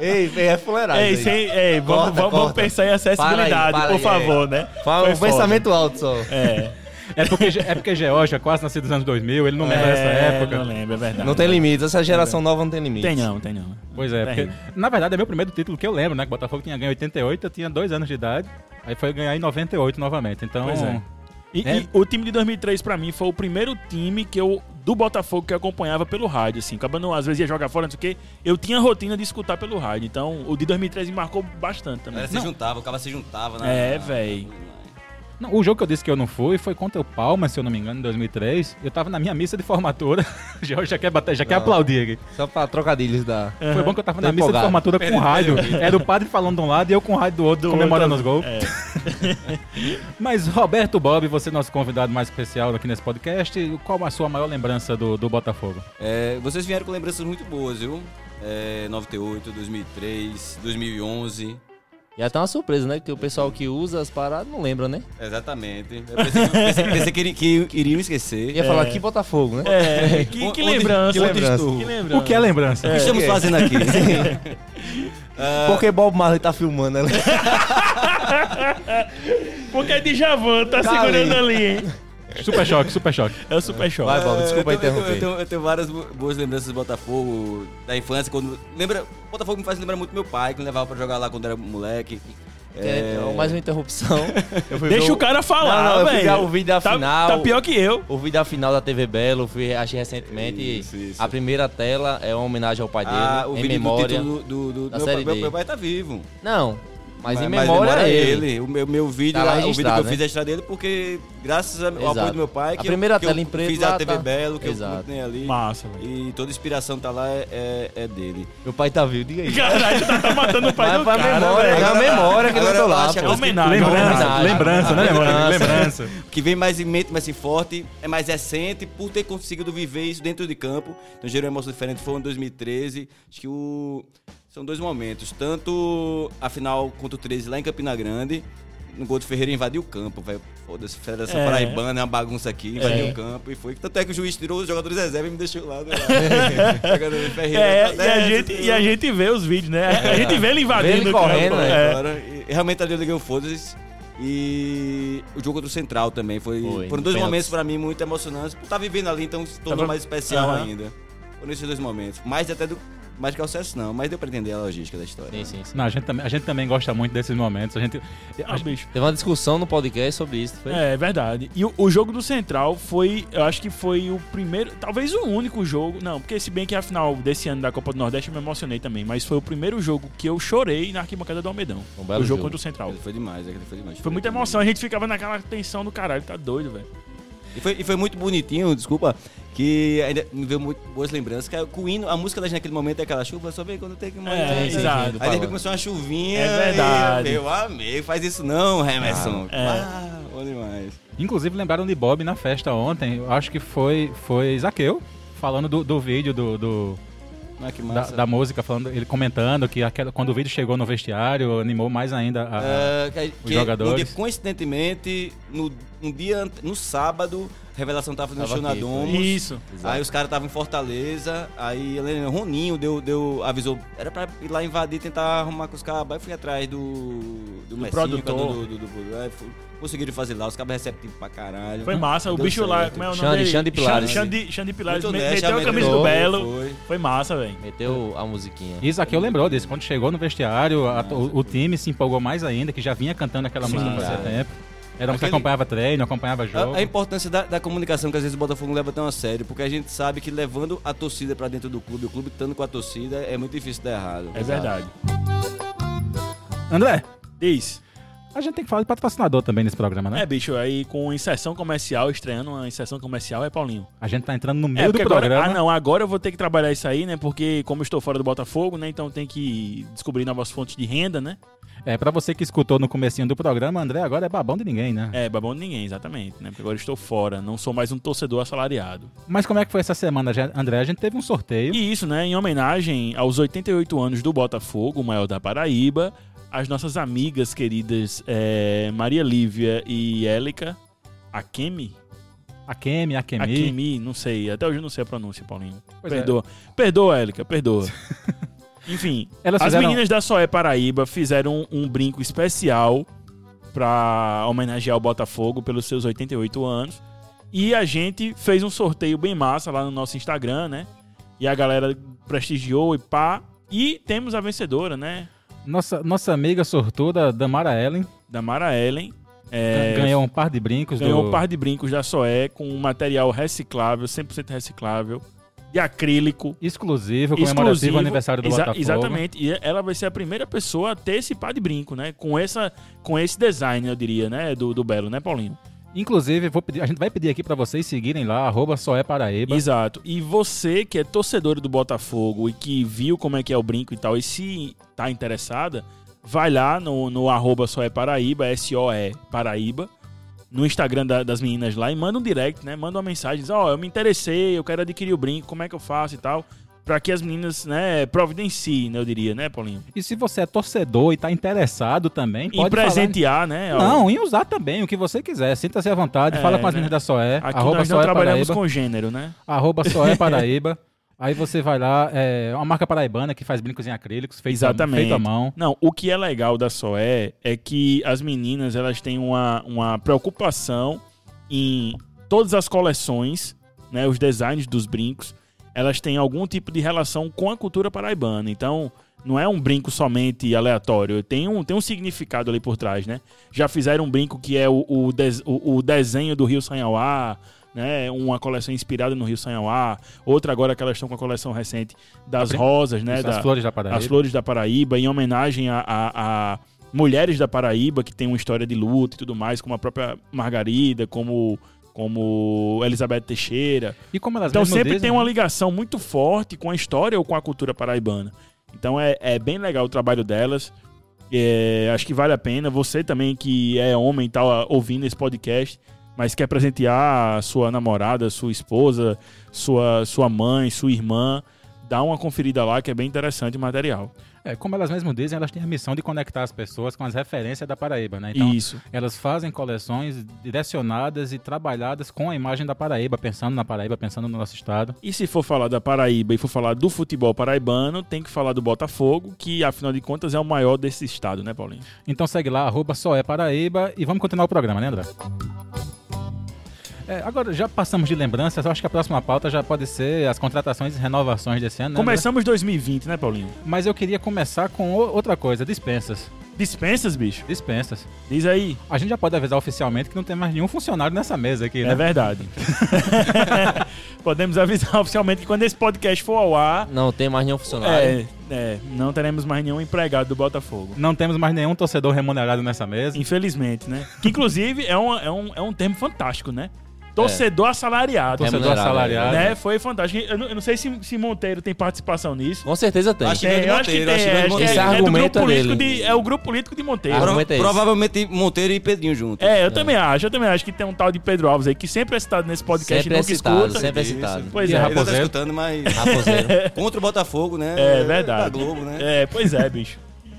Speaker 3: Ei, véi, é fuleirado.
Speaker 2: Ei,
Speaker 3: aí.
Speaker 2: sem, ei, vamos,
Speaker 3: Corta,
Speaker 2: vamos- vamos
Speaker 3: corta.
Speaker 2: pensar em acessibilidade,
Speaker 3: Para aí,
Speaker 2: por
Speaker 3: para aí,
Speaker 2: favor, né?
Speaker 3: Fala
Speaker 2: Foi
Speaker 3: um
Speaker 2: foda.
Speaker 3: pensamento alto só.
Speaker 2: É.
Speaker 1: É porque, Ge- é porque Georgia, quase nascido nos anos 2000, ele não lembra
Speaker 2: é,
Speaker 1: dessa época.
Speaker 2: Não lembro, é verdade.
Speaker 3: Não tem limites, essa geração nova não tem limites.
Speaker 2: Tem não, tem não.
Speaker 1: Pois é, porque,
Speaker 2: Terrível.
Speaker 1: na verdade é meu primeiro título que eu lembro, né? Que o Botafogo tinha ganho em 88, eu tinha dois anos de idade. Aí foi ganhar em 98 novamente. Então,
Speaker 2: Pois é. E,
Speaker 1: É.
Speaker 2: e o time de 2003 pra mim foi o primeiro time que eu do Botafogo que eu acompanhava pelo rádio, assim. Acabando, às vezes ia jogar fora, não sei o quê. Eu tinha a rotina de escutar pelo rádio. Então, o de 2003 me marcou bastante também.
Speaker 4: Ela se juntava, o cara se juntava. Na,
Speaker 2: É, véi.
Speaker 1: não, o jogo que eu disse que eu não fui foi contra o Palmas, se eu não me engano, em 2003. Eu tava na minha missa de formatura. [laughs] Jorge já quer bater, já quer
Speaker 3: Não.
Speaker 1: aplaudir aqui.
Speaker 3: Só pra trocadilhos da.
Speaker 1: Foi bom que eu tava
Speaker 3: Ah. Tô
Speaker 1: na missa de
Speaker 3: empolgado.
Speaker 1: formatura com rádio. Era o padre falando de um lado e eu com o rádio do outro, comemorando os
Speaker 2: outro-
Speaker 1: gols.
Speaker 2: É.
Speaker 1: [laughs] Mas, Roberto Bob, você é nosso convidado mais especial aqui nesse podcast. Qual a sua maior lembrança do, do Botafogo?
Speaker 4: É, vocês vieram com lembranças muito boas, viu? É, 98, 2003, 2011.
Speaker 3: E até uma surpresa, né? Porque o pessoal que usa as paradas não lembra, né?
Speaker 4: Exatamente. Eu pensei, pensei- pensei que, iri- que iriam esquecer.
Speaker 3: Ia falar que Botafogo, né?
Speaker 2: É, que, que
Speaker 4: Onde-
Speaker 2: lembrança.
Speaker 4: que lembrança.
Speaker 2: Que lembrança.
Speaker 1: O que é lembrança?
Speaker 4: O que estamos
Speaker 3: É.
Speaker 4: fazendo aqui? [laughs]
Speaker 3: Porque Bob Marley tá filmando ali.
Speaker 2: Porque é Djavan, tá segurando ali, hein?
Speaker 1: Super choque, super choque.
Speaker 2: É o Super Show.
Speaker 3: Vai, Bob, desculpa
Speaker 4: eu tenho-
Speaker 3: interromper.
Speaker 4: Eu tenho, eu tenho várias bo- boas lembranças do Botafogo, da infância. Quando, lembra, o Botafogo me faz lembrar muito meu pai, que me levava pra jogar lá quando era moleque.
Speaker 3: É,
Speaker 4: É,
Speaker 3: mais uma interrupção. [laughs] Eu fui ver
Speaker 2: Deixa o cara
Speaker 3: Não, não,
Speaker 2: falar,
Speaker 3: eu fui
Speaker 2: velho.
Speaker 3: ver o vídeo da
Speaker 2: tá,
Speaker 3: final.
Speaker 2: Tá pior que eu. [laughs]
Speaker 3: O vídeo da final da TV Belo, eu fui, achei recentemente.
Speaker 4: Isso, isso.
Speaker 3: A primeira tela é uma homenagem ao pai dele. né?
Speaker 4: ah, o
Speaker 3: em
Speaker 4: vídeo
Speaker 3: memória.
Speaker 4: do título do... do-
Speaker 3: da
Speaker 4: meu,
Speaker 3: série
Speaker 4: pai, meu,
Speaker 3: D.
Speaker 4: meu pai tá vivo.
Speaker 3: Não, mas, em memória é ele.
Speaker 4: O meu, meu vídeo,
Speaker 3: Tá lá
Speaker 4: lá, o vídeo que eu
Speaker 3: registrado,
Speaker 4: fiz
Speaker 3: né?
Speaker 4: é extra dele, porque graças ao
Speaker 3: Exato.
Speaker 4: apoio do meu pai,
Speaker 3: A
Speaker 4: que
Speaker 3: primeira
Speaker 4: eu, que eu
Speaker 3: tela em preto
Speaker 4: fiz
Speaker 3: lá
Speaker 4: a TV
Speaker 3: tá-
Speaker 4: Belo, que
Speaker 3: Exato.
Speaker 4: eu botei ali.
Speaker 2: Massa, velho.
Speaker 4: E toda inspiração tá lá é, é, é dele.
Speaker 3: Meu pai tá vivo, diga aí.
Speaker 2: Caralho, tá, tá matando o pai
Speaker 3: Vai
Speaker 2: do
Speaker 3: pra
Speaker 2: cara,
Speaker 3: memória,
Speaker 2: velho.
Speaker 3: é a memória que eu
Speaker 4: Agora
Speaker 3: tô lá,
Speaker 4: eu acho
Speaker 2: É
Speaker 3: pô.
Speaker 4: que-
Speaker 2: homenagem.
Speaker 1: Lembrança,
Speaker 2: homenagem.
Speaker 1: lembrança, né, Lemônio?
Speaker 3: Lembrança.
Speaker 1: Lembrança.
Speaker 4: O que vem mais em mente, mais assim, forte, é mais recente, por ter conseguido viver isso dentro de campo. Então gerou uma emoção diferente. Foi em 2013. Acho que o... são dois momentos. Tanto a final contra o 13 lá em Campina Grande. No gol do Ferreira invadiu o campo, velho. Foda-se, Federação
Speaker 2: É.
Speaker 4: Paraibana, é uma bagunça aqui, invadiu
Speaker 2: É.
Speaker 4: o campo e foi. Tanto é que o juiz tirou os jogadores reserva e me deixou
Speaker 2: [laughs]
Speaker 4: lá. né? Jogador do Ferreira,
Speaker 2: É, e
Speaker 4: tá
Speaker 2: a,
Speaker 4: certo,
Speaker 2: gente, e a gente vê os vídeos, né? A gente vê ele invadindo
Speaker 3: né? Vê ele
Speaker 2: o campo,
Speaker 3: correndo, né?
Speaker 2: é.
Speaker 4: agora. E, realmente ali eu liguei o foda-se. E o jogo do Central também. Foi,
Speaker 3: Foi,
Speaker 4: foram dois
Speaker 3: pênaltis.
Speaker 4: momentos pra mim muito emocionantes. Por estar vivendo ali, então se tornou
Speaker 2: Tava-
Speaker 4: mais especial
Speaker 2: Aham.
Speaker 4: ainda. Foram esses dois momentos. Mais até do. Mais que o acesso, não, mas deu pra entender a logística da história.
Speaker 3: Sim,
Speaker 4: né?
Speaker 3: sim, sim.
Speaker 1: Não, a gente, também, a gente também gosta muito desses momentos. A gente,
Speaker 3: É.
Speaker 2: Ah, bicho.
Speaker 3: Teve uma discussão no podcast sobre isso, foi?
Speaker 2: É, é verdade. E o, o jogo do Central foi, eu acho que foi o primeiro, talvez o único jogo, não, porque se bem que a final desse ano da Copa do Nordeste eu me emocionei também, mas foi o primeiro jogo que eu chorei na arquibancada do Almedão.
Speaker 3: Um
Speaker 2: o
Speaker 3: belo
Speaker 2: jogo,
Speaker 3: jogo.
Speaker 2: contra o Central.
Speaker 4: Aquele Foi demais, aquele foi demais.
Speaker 2: Foi muita emoção, a gente ficava naquela tensão do caralho, tá doido, velho.
Speaker 4: E foi, e foi muito bonitinho, desculpa, que ainda me veio muito boas lembranças. Que é com o hino, a música da gente naquele momento é aquela chuva, só vem quando tem que molhar.
Speaker 2: É,
Speaker 4: né?
Speaker 2: exato.
Speaker 4: Aí depois começou uma chuvinha.
Speaker 2: É verdade.
Speaker 4: E, eu amei, faz isso não, Remerson.
Speaker 2: Ah, é.
Speaker 4: Ah, bom demais.
Speaker 1: Inclusive lembraram de Bob na festa ontem. Eu acho que foi, foi Zaqueu falando do, do vídeo do, do-
Speaker 4: Ah, que
Speaker 1: da,
Speaker 4: massa.
Speaker 1: da música, falando, ele comentando que aquela- quando o vídeo chegou no vestiário, animou mais ainda a- a-
Speaker 2: É. né?
Speaker 4: Ah, que, que
Speaker 1: jogadores.
Speaker 4: no dia- coincidentemente, no, um dia, ante- no sábado, Revelação tava fazendo
Speaker 3: Tava
Speaker 4: show na
Speaker 3: aqui, foi.
Speaker 4: Domus.
Speaker 2: Isso.
Speaker 4: Aí os caras estavam em Fortaleza, aí eu lembro, Roninho deu, deu, avisou, era pra ir lá invadir, tentar arrumar com os cabas, aí fui atrás do, do, Messinho,
Speaker 2: produtor.
Speaker 4: que é Do, do, do, do- aí fui- conseguiram fazer lá, os cabas receptivos pra caralho.
Speaker 2: Foi massa. O
Speaker 4: Deu
Speaker 2: bicho lá,
Speaker 4: certo.
Speaker 2: como é o nome
Speaker 3: Xande,
Speaker 2: dele?
Speaker 3: Xande Pilares.
Speaker 2: Xande, Xande Pilares.
Speaker 4: Muito
Speaker 2: me-
Speaker 4: honesto,
Speaker 2: meteu a camisa do
Speaker 4: amedrontou,
Speaker 2: Belo.
Speaker 4: foi.
Speaker 2: Foi massa, velho.
Speaker 3: Meteu a musiquinha.
Speaker 1: E Zaqueu lembrou disso, quando chegou no vestiário, a- o, o time se empolgou mais ainda, que já vinha cantando aquela
Speaker 2: Sim, Ah,
Speaker 1: música fazia
Speaker 4: cara.
Speaker 1: tempo. Era você
Speaker 4: Aquele-
Speaker 1: acompanhava treino, acompanhava jogo.
Speaker 4: A, a importância da, da comunicação que às vezes o Botafogo não leva tão a sério, porque a gente sabe que levando a torcida pra dentro do clube, o clube estando com a torcida, é muito difícil dar errado.
Speaker 2: É verdade.
Speaker 1: André,
Speaker 2: Diz.
Speaker 1: a gente tem que falar de patrocinador também nesse programa, né?
Speaker 2: É, bicho, aí com inserção comercial, estreando uma inserção comercial, é Paulinho.
Speaker 1: A gente tá entrando no
Speaker 2: É,
Speaker 1: meio do
Speaker 2: porque agora,
Speaker 1: programa.
Speaker 2: ah, não, agora eu vou ter que trabalhar isso aí, né? Porque como eu estou fora do Botafogo, né? Então tem que descobrir novas fontes de renda, né?
Speaker 1: É, pra você que escutou no comecinho do programa, André agora é babão de ninguém, né?
Speaker 2: É, babão de ninguém, exatamente, né? Porque agora eu estou fora, não sou mais um torcedor assalariado.
Speaker 1: Mas como é que foi essa semana, já- André? A gente teve um sorteio.
Speaker 2: E isso, né, em homenagem aos 88 anos do Botafogo, o maior da Paraíba, as nossas amigas queridas eh, Maria Lívia e Élica, a Kemi,
Speaker 1: A Kemi, a
Speaker 2: a
Speaker 1: Kemi.
Speaker 2: Kemi, não sei, até hoje eu não sei a pronúncia, Paulinho.
Speaker 1: Pois é.
Speaker 2: perdoa. Perdoa,
Speaker 1: [laughs]
Speaker 2: Élica, perdoa. Enfim,
Speaker 1: Elas
Speaker 2: as
Speaker 1: fizeram-
Speaker 2: meninas da Soé Paraíba fizeram um brinco especial pra homenagear o Botafogo pelos seus 88 anos. E a gente fez um sorteio bem massa lá no nosso Instagram, né? E a galera prestigiou e pá. E temos a vencedora, né?
Speaker 1: Nossa, nossa amiga sortuda, Damara Ellen,
Speaker 2: Da Mara Ellen. É,
Speaker 1: ganhou um par de brincos
Speaker 2: ganhou
Speaker 1: do...
Speaker 2: um par de brincos da Soé com um material reciclável, 100% reciclável, de acrílico.
Speaker 1: exclusivo, comemorativo ao aniversário do
Speaker 2: exa-
Speaker 1: Botafogo.
Speaker 2: Exatamente. E ela vai ser a primeira pessoa a ter esse par de brinco, né? Com, essa, com esse design, eu diria, né? Do, do Belo, né, Paulinho?
Speaker 1: Inclusive, vou pedir- a gente vai pedir aqui pra vocês seguirem lá, arroba só é Paraíba.
Speaker 2: Exato. E você que é torcedor do Botafogo e que viu como é que é o brinco e tal, e se tá interessada, vai lá no, no arroba só é Paraíba, S-O-E Paraíba, no Instagram da- das meninas lá e manda um direct, né? Manda uma mensagem, diz, ó, eu me interessei, eu quero adquirir o brinco, como é que eu faço e tal. Pra que as meninas, né, providenciem, né, eu diria, né, Paulinho?
Speaker 1: E se você é torcedor e tá interessado também,
Speaker 2: E
Speaker 1: pode
Speaker 2: presentear, né?
Speaker 1: falar... Não, em usar também, o que você quiser. Sinta-se à vontade,
Speaker 2: É,
Speaker 1: fala com as
Speaker 2: né?
Speaker 1: meninas da Soé,
Speaker 2: Aqui
Speaker 1: arroba
Speaker 2: nós não
Speaker 1: Soé
Speaker 2: trabalhamos
Speaker 1: Paraíba,
Speaker 2: com gênero, né?
Speaker 1: arroba
Speaker 2: [laughs]
Speaker 1: Soé Paraíba. Aí você vai lá, é uma marca paraibana que faz brincos em acrílicos, feito,
Speaker 2: Exatamente.
Speaker 1: feito à mão.
Speaker 2: Não, o que é legal da Soé é que as meninas elas têm uma, uma preocupação em todas as coleções, né, os designs dos brincos, elas têm algum tipo de relação com a cultura paraibana. Então, não é um brinco somente aleatório, tem um, tem um significado ali por trás, né? Já fizeram um brinco que é o, o, des- o- o desenho do Rio Sanhauá, né? Uma coleção inspirada no Rio Sanhauá, outra agora que elas estão com a coleção recente das
Speaker 1: brin-
Speaker 2: rosas, né?
Speaker 1: As
Speaker 2: da-
Speaker 1: flores da Paraíba.
Speaker 2: as Flores da Paraíba, em homenagem a, a- a mulheres da Paraíba que têm uma história de luta e tudo mais, como a própria Margarida, como, como Elizabeth Teixeira.
Speaker 1: E como elas
Speaker 2: Então
Speaker 1: mesmas
Speaker 2: sempre
Speaker 1: dizem,
Speaker 2: tem uma
Speaker 1: né?
Speaker 2: ligação muito forte com a história ou com a cultura paraibana. Então é, é bem legal o trabalho delas. É, acho que vale a pena. Você também que é homem e tal, a- ouvindo esse podcast, mas quer presentear a sua namorada, sua esposa, sua, sua mãe, sua irmã, dá uma conferida lá que é bem interessante o material.
Speaker 1: É, como elas mesmas dizem, elas têm a missão de conectar as pessoas com as referências da Paraíba, né? Então,
Speaker 2: Isso.
Speaker 1: Elas fazem coleções direcionadas e trabalhadas com a imagem da Paraíba, pensando na Paraíba, pensando no nosso estado.
Speaker 2: E se for falar da Paraíba e for falar do futebol paraibano, tem que falar do Botafogo, que afinal de contas é o maior desse estado, né, Paulinho?
Speaker 1: Então segue lá, arroba só é Paraíba e vamos continuar o programa, né, André? É, agora, já passamos de lembranças, acho que a próxima pauta já pode ser as contratações e renovações desse ano, né, André?
Speaker 2: Começamos 2020, né, Paulinho?
Speaker 1: Mas eu queria começar com o- outra coisa, dispensas.
Speaker 2: Dispensas, bicho.
Speaker 1: Dispensas.
Speaker 2: Diz aí.
Speaker 1: A gente já pode avisar oficialmente que não tem mais nenhum funcionário nessa mesa aqui, né?
Speaker 2: É
Speaker 1: [laughs]
Speaker 2: verdade. [laughs] Podemos avisar [laughs] oficialmente que quando esse podcast for ao ar,
Speaker 3: Não tem mais nenhum funcionário.
Speaker 2: é, é, não teremos mais nenhum empregado do Botafogo.
Speaker 1: Não temos mais nenhum torcedor remunerado nessa mesa.
Speaker 2: Infelizmente, né? Que inclusive é, uma- é um, é um termo um fantástico, né? Torcedor assalariado.
Speaker 1: Torcedor
Speaker 3: Remunerado, é
Speaker 1: assalariado.
Speaker 2: Né? Foi fantástico. Eu não, eu não sei se, se Monteiro tem participação nisso.
Speaker 3: Com certeza tem.
Speaker 4: Acho que- Chegando
Speaker 2: É, eu acho que tem.
Speaker 4: Monteiro, chegando
Speaker 2: é, acho que é,
Speaker 4: Monteiro.
Speaker 2: é do
Speaker 3: Esse argumento
Speaker 2: grupo
Speaker 3: é
Speaker 2: político
Speaker 3: dele.
Speaker 2: de- é o grupo político de Monteiro.
Speaker 3: Agora- Argumento é esse.
Speaker 4: provavelmente Monteiro e Pedrinho juntos.
Speaker 2: É, eu também acho, eu também acho que tem um tal de Pedro Alves aí que sempre é citado nesse podcast
Speaker 3: Sempre
Speaker 2: e
Speaker 3: é
Speaker 2: nunca
Speaker 3: citado,
Speaker 2: escuta.
Speaker 3: sempre é citado. Ah, é.
Speaker 2: Pois
Speaker 1: E
Speaker 2: é,
Speaker 4: Ele não tá
Speaker 1: Raposeiro?
Speaker 2: [laughs]
Speaker 4: escutando, mas
Speaker 3: Raposeiro.
Speaker 4: contra o Botafogo, né?
Speaker 2: É verdade.
Speaker 4: Da Globo, né?
Speaker 2: É, pois é, bicho.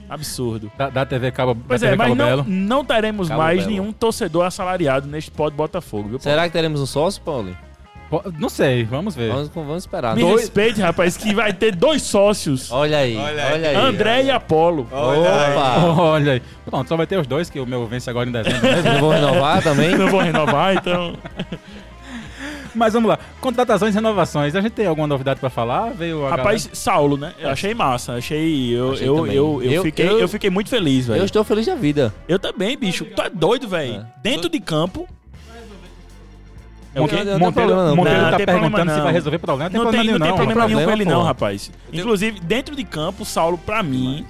Speaker 2: Absurdo.
Speaker 1: Da, da TV Cabo,
Speaker 2: Pois
Speaker 1: da
Speaker 2: é,
Speaker 1: TV
Speaker 2: mas
Speaker 1: Cabo
Speaker 2: não,
Speaker 1: Belo.
Speaker 2: não teremos
Speaker 3: Cabo
Speaker 2: mais
Speaker 3: Belo.
Speaker 2: nenhum torcedor assalariado neste pod Botafogo, viu?
Speaker 3: [laughs] Será que teremos um sócio, Paulinho?
Speaker 1: Pô, Não sei, vamos ver.
Speaker 3: Vamos, vamos esperar.
Speaker 2: Me
Speaker 3: Dois-
Speaker 2: respeite, rapaz, que vai ter dois sócios.
Speaker 3: Olha aí,
Speaker 4: Olha
Speaker 3: olha aí.
Speaker 4: aí.
Speaker 2: André e Apolo.
Speaker 1: [laughs]
Speaker 3: Opa!
Speaker 1: [laughs] Olha aí. Pronto, só vai ter os dois, que o meu vence agora em dezembro.
Speaker 2: [laughs]
Speaker 1: mesmo.
Speaker 3: Não vou renovar também?
Speaker 2: Não vou renovar,
Speaker 3: [laughs]
Speaker 2: então.
Speaker 1: Mas vamos lá. Contratações e renovações. A gente tem alguma novidade pra falar? Veio a
Speaker 2: Rapaz, Saulo, né? Eu achei massa, achei. Eu,
Speaker 3: Achei
Speaker 2: eu,
Speaker 3: também.
Speaker 2: eu, eu,
Speaker 3: Eu-
Speaker 2: fiquei, eu,
Speaker 3: eu-
Speaker 2: fiquei muito feliz, velho.
Speaker 3: Eu
Speaker 2: Eu,
Speaker 3: estou feliz da vida.
Speaker 2: também, bicho. Tu é doido, velho.
Speaker 3: É.
Speaker 2: Dentro de campo. É o
Speaker 1: Monte-
Speaker 2: quê?
Speaker 3: Não tem
Speaker 1: Monteiro,
Speaker 3: problema não.
Speaker 1: Monteiro
Speaker 2: Não,
Speaker 1: tá
Speaker 2: tem problema
Speaker 1: perguntando se
Speaker 2: não.
Speaker 1: vai resolver problema.
Speaker 2: Não tem, não tem
Speaker 1: nenhum,
Speaker 2: problema
Speaker 1: não.
Speaker 2: nenhum com ele,
Speaker 3: problema,
Speaker 2: não,
Speaker 3: pô.
Speaker 2: rapaz. Inclusive, dentro de campo, Saulo, pra mim,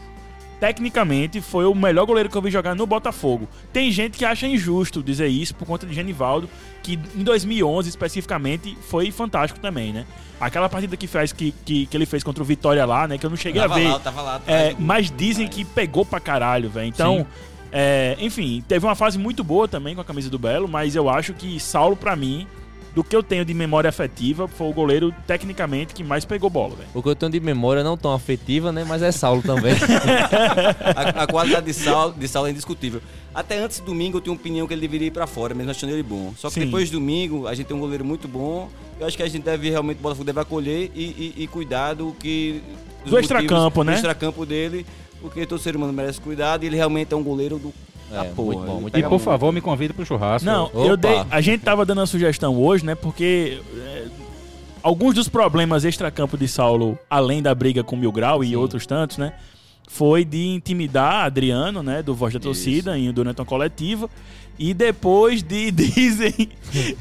Speaker 2: tecnicamente, foi o melhor goleiro que eu vi jogar no Botafogo. Tem gente que acha injusto dizer isso por conta de Genivaldo, que em 2011, especificamente, foi fantástico também, né? Aquela partida que, faz, que, que, que ele fez contra o Vitória lá, né? Que eu não cheguei a
Speaker 4: Tava
Speaker 2: ver.
Speaker 4: lá, tava lá. atrás
Speaker 2: É,
Speaker 4: do gol,
Speaker 2: mas dizem
Speaker 4: mas-
Speaker 2: que pegou pra caralho, velho. Então, é, enfim, teve uma fase muito boa também com a camisa do Belo, mas eu acho que Saulo, pra mim, do que eu tenho de memória afetiva, foi o goleiro, tecnicamente, que mais pegou bola, velho.
Speaker 3: O que eu tenho de memória não tão afetiva, né? Mas é Saulo também. [laughs]
Speaker 4: A, a qualidade de Saulo, de Saulo é indiscutível. Até antes de domingo eu tinha uma opinião que ele deveria ir pra fora, mesmo achando ele bom. Só que
Speaker 2: Sim.
Speaker 4: depois de domingo a gente tem um goleiro muito bom. Eu acho que a gente deve realmente, o Botafogo deve acolher e, e, e cuidar do que. dos
Speaker 2: Do extracampo,
Speaker 4: motivos
Speaker 2: né?
Speaker 4: Do extracampo dele, porque todo ser humano merece cuidado e ele realmente é um goleiro do.
Speaker 3: É,
Speaker 4: da
Speaker 3: muito
Speaker 4: porra.
Speaker 3: bom,
Speaker 4: Ele
Speaker 3: muito
Speaker 1: E
Speaker 4: pega
Speaker 1: por favor, me convida pro churrasco.
Speaker 2: Não, eu
Speaker 3: Opa.
Speaker 2: dei, a gente tava dando a sugestão hoje, né? Porque é, alguns dos problemas extracampo de Saulo, além da briga com Mil Grau e outros tantos, né? Foi de intimidar Adriano, né? Do Voz da Torcida em, durante uma coletiva. E depois de, [laughs] dizem,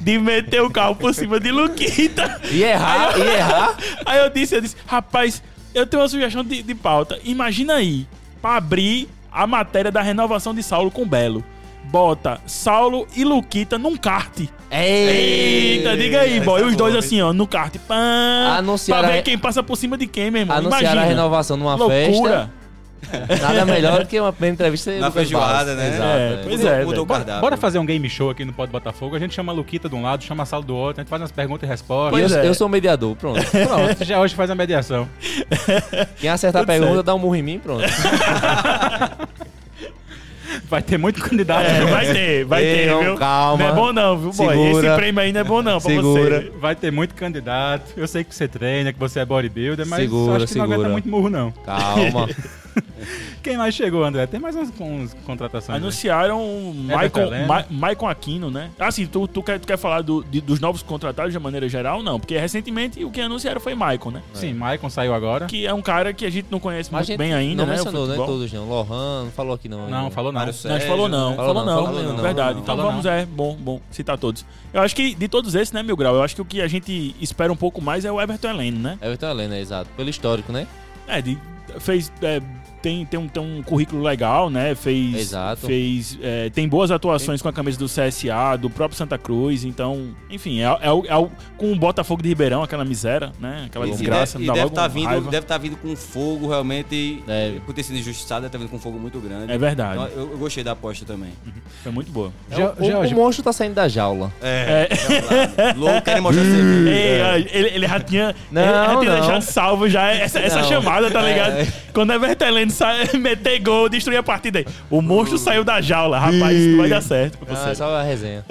Speaker 2: de meter o carro por cima de Luquita.
Speaker 3: E errar, e errar.
Speaker 2: Aí eu disse, eu disse, rapaz, eu tenho uma sugestão de, de pauta. Imagina aí, pra abrir a matéria da renovação de Saulo com Belo. Bota Saulo e Luquita num kart. Eita, diga aí,
Speaker 4: essa
Speaker 2: boy. E os
Speaker 4: é
Speaker 2: dois
Speaker 4: boa,
Speaker 2: assim, ó, no kart. Pá,
Speaker 3: Anunciaram
Speaker 2: pra ver
Speaker 3: a-
Speaker 2: quem passa por cima de quem, meu irmão.
Speaker 3: Anunciaram
Speaker 2: Imagina.
Speaker 3: a renovação numa
Speaker 2: Loucura.
Speaker 3: festa. Nada melhor do que uma primeira entrevista.
Speaker 4: Na
Speaker 3: Lucas
Speaker 4: feijoada,
Speaker 3: Barros.
Speaker 4: né?
Speaker 3: Exato.
Speaker 2: É,
Speaker 3: é.
Speaker 2: pois
Speaker 4: Mudou-
Speaker 2: é,
Speaker 4: mudou
Speaker 2: velho.
Speaker 4: o
Speaker 1: Bora,
Speaker 4: cardápio.
Speaker 1: bora fazer um game show aqui no Pod Botafogo. A gente chama a Luquita de um lado, chama a Sal do outro, a gente faz umas perguntas e
Speaker 3: E
Speaker 1: respostas.
Speaker 2: Pois
Speaker 3: eu,
Speaker 2: é.
Speaker 3: eu sou um
Speaker 2: [laughs]
Speaker 3: mediador, pronto.
Speaker 1: Pronto, já hoje faz a mediação.
Speaker 3: Quem acertar a
Speaker 2: Tudo
Speaker 3: pergunta,
Speaker 2: certo.
Speaker 3: dá um murro em mim, pronto.
Speaker 1: Vai ter muito candidato.
Speaker 2: É, vai ter, vai
Speaker 3: Ei,
Speaker 2: ter,
Speaker 3: não,
Speaker 2: viu?
Speaker 3: calma.
Speaker 2: Não é bom não, viu, boy? Esse
Speaker 3: Segura.
Speaker 2: prêmio aí não é bom não pra
Speaker 3: Segura.
Speaker 2: você.
Speaker 1: Vai ter muito candidato. Eu sei que você treina, que você é bodybuilder, mas
Speaker 3: Segura,
Speaker 1: acho que não aguenta
Speaker 3: segura.
Speaker 1: muito murro, não.
Speaker 2: [laughs]
Speaker 3: Calma.
Speaker 1: Quem mais chegou, André? Tem mais uns, uns contratações. né?
Speaker 2: Anunciaram Maicon,
Speaker 1: Helena.
Speaker 2: Ma- Maicon Aquino, né? Assim, tu, tu, quer, tu quer falar do- de- dos novos contratados de maneira geral? Não, porque recentemente o que anunciaram foi Maicon, né?
Speaker 1: Sim, Maicon saiu agora.
Speaker 2: Que é um cara que a gente não conhece
Speaker 3: Mas a
Speaker 2: muito
Speaker 3: gente
Speaker 2: bem ainda,
Speaker 3: não
Speaker 2: né? o
Speaker 3: mencionou, né?
Speaker 2: futebol.
Speaker 3: Todos não. Lohan, não falou aqui não.
Speaker 1: Não,
Speaker 3: ainda.
Speaker 1: falou não.
Speaker 4: Mário
Speaker 2: Não, a gente
Speaker 4: Sérgio,
Speaker 2: falou não,
Speaker 4: né?
Speaker 2: falou,
Speaker 3: Falou não,
Speaker 2: não,
Speaker 3: falou não,
Speaker 2: verdade.
Speaker 4: falou não.
Speaker 2: então
Speaker 1: Falou
Speaker 2: vamos,
Speaker 1: não.
Speaker 2: é, bom, bom citar todos. Eu acho que de todos esses, né, Mil Grau, eu acho que o que a gente espera um pouco mais é o Everton Heleno, né?
Speaker 3: Everton Helena, exato. Pelo histórico, né?
Speaker 2: É, de- fez. é, tem, tem, um, tem um currículo legal, né? Fez.
Speaker 3: Exato.
Speaker 2: Fez, é, tem boas atuações com a camisa do CSA, do próprio Santa Cruz. Então, enfim, é, é o- é o- com o Botafogo de Ribeirão, aquela miséria, né? Aquela
Speaker 4: E- e
Speaker 2: desgraça.
Speaker 4: deve-
Speaker 2: dá
Speaker 4: e deve
Speaker 2: logo
Speaker 4: estar
Speaker 2: uma
Speaker 4: vindo,
Speaker 2: raiva.
Speaker 4: deve tá vindo com fogo realmente.
Speaker 3: Deve.
Speaker 4: Por ter sido injustiçado, deve estar vindo com fogo muito grande.
Speaker 2: É verdade. Uhum.
Speaker 4: Então, eu, eu gostei da aposta também.
Speaker 2: Foi muito boa.
Speaker 1: Já-
Speaker 3: O,
Speaker 1: já-
Speaker 3: o
Speaker 1: já-
Speaker 3: monstro tá saindo da jaula.
Speaker 4: É. é. Louco,
Speaker 2: [laughs]
Speaker 4: querem mostrar serviço.
Speaker 2: Ei, ó, ele, ele já tinha,
Speaker 3: É. Não,
Speaker 2: ele já tinha
Speaker 3: não.
Speaker 2: deixado salvo já essa, essa
Speaker 3: Não.
Speaker 2: chamada, tá ligado?
Speaker 3: É.
Speaker 2: Quando o Everton Heleno sai- [laughs] meter gol, destruir a partida aí. O monstro saiu da jaula. Rapaz, isso não vai dar certo pra
Speaker 3: Hum. Ah,
Speaker 2: É você.
Speaker 3: só a resenha.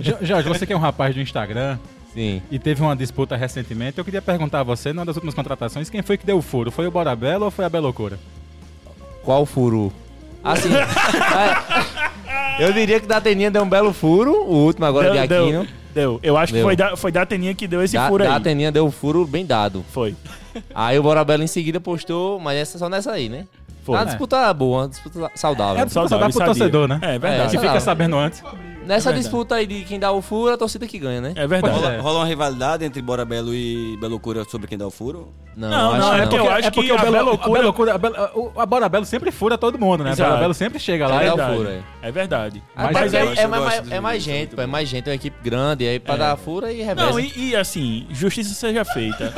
Speaker 1: Jo- Jorge, você que é um rapaz do Instagram
Speaker 3: Sim.
Speaker 1: e teve uma disputa recentemente, eu queria perguntar a você, numa das últimas contratações, quem foi que deu o furo? Foi o Borabella ou foi a Belocura?
Speaker 3: Qual furo? Assim. [laughs] é, eu diria que da Ateninha deu um belo furo, o último agora de
Speaker 2: deu,
Speaker 3: Aquino.
Speaker 2: deu. Eu acho que
Speaker 3: Deu.
Speaker 2: foi da, foi da Ateninha que deu esse
Speaker 3: Da,
Speaker 2: furo aí.
Speaker 3: da Ateninha deu um furo bem dado.
Speaker 2: Foi.
Speaker 3: Aí o Borabella em seguida postou, mas essa, só nessa aí, né?
Speaker 2: Foi. É.
Speaker 3: Foi. Uma disputa boa, uma disputa saudável.
Speaker 1: É, Só dá pro
Speaker 2: sabia.
Speaker 1: torcedor, né?
Speaker 2: É
Speaker 3: É,
Speaker 2: verdade.
Speaker 1: Se
Speaker 3: Sei lá.
Speaker 1: fica sabendo antes.
Speaker 3: Nessa
Speaker 2: É verdade.
Speaker 3: disputa aí de quem dá o furo, a torcida que ganha, né?
Speaker 2: É verdade.
Speaker 1: É.
Speaker 4: Rola, rola uma rivalidade entre Bora Belo e Belocura sobre quem dá o furo?
Speaker 2: Não, não, é
Speaker 3: acho que
Speaker 2: porque eu acho que a
Speaker 1: o Belo-
Speaker 2: Bela Loucura-
Speaker 1: a Bela Loucura- a Bela- o- a Bora Belo sempre fura todo mundo, né? A
Speaker 2: Exato.
Speaker 1: Bora Belo sempre chega lá.
Speaker 3: É
Speaker 1: e-
Speaker 3: o
Speaker 2: verdade.
Speaker 3: furo, é.
Speaker 2: É verdade.
Speaker 1: Mas
Speaker 3: Até
Speaker 1: aí
Speaker 3: porque
Speaker 1: eu
Speaker 3: é,
Speaker 4: gosto
Speaker 3: é mais- é
Speaker 4: dos
Speaker 3: mais
Speaker 4: meninos, são
Speaker 3: gente,
Speaker 4: muito
Speaker 3: pô, é
Speaker 4: bons.
Speaker 3: mais gente, é uma equipe grande, aí pra
Speaker 2: É.
Speaker 3: dar fura e reveza.
Speaker 2: Não, e, e, assim, justiça seja feita.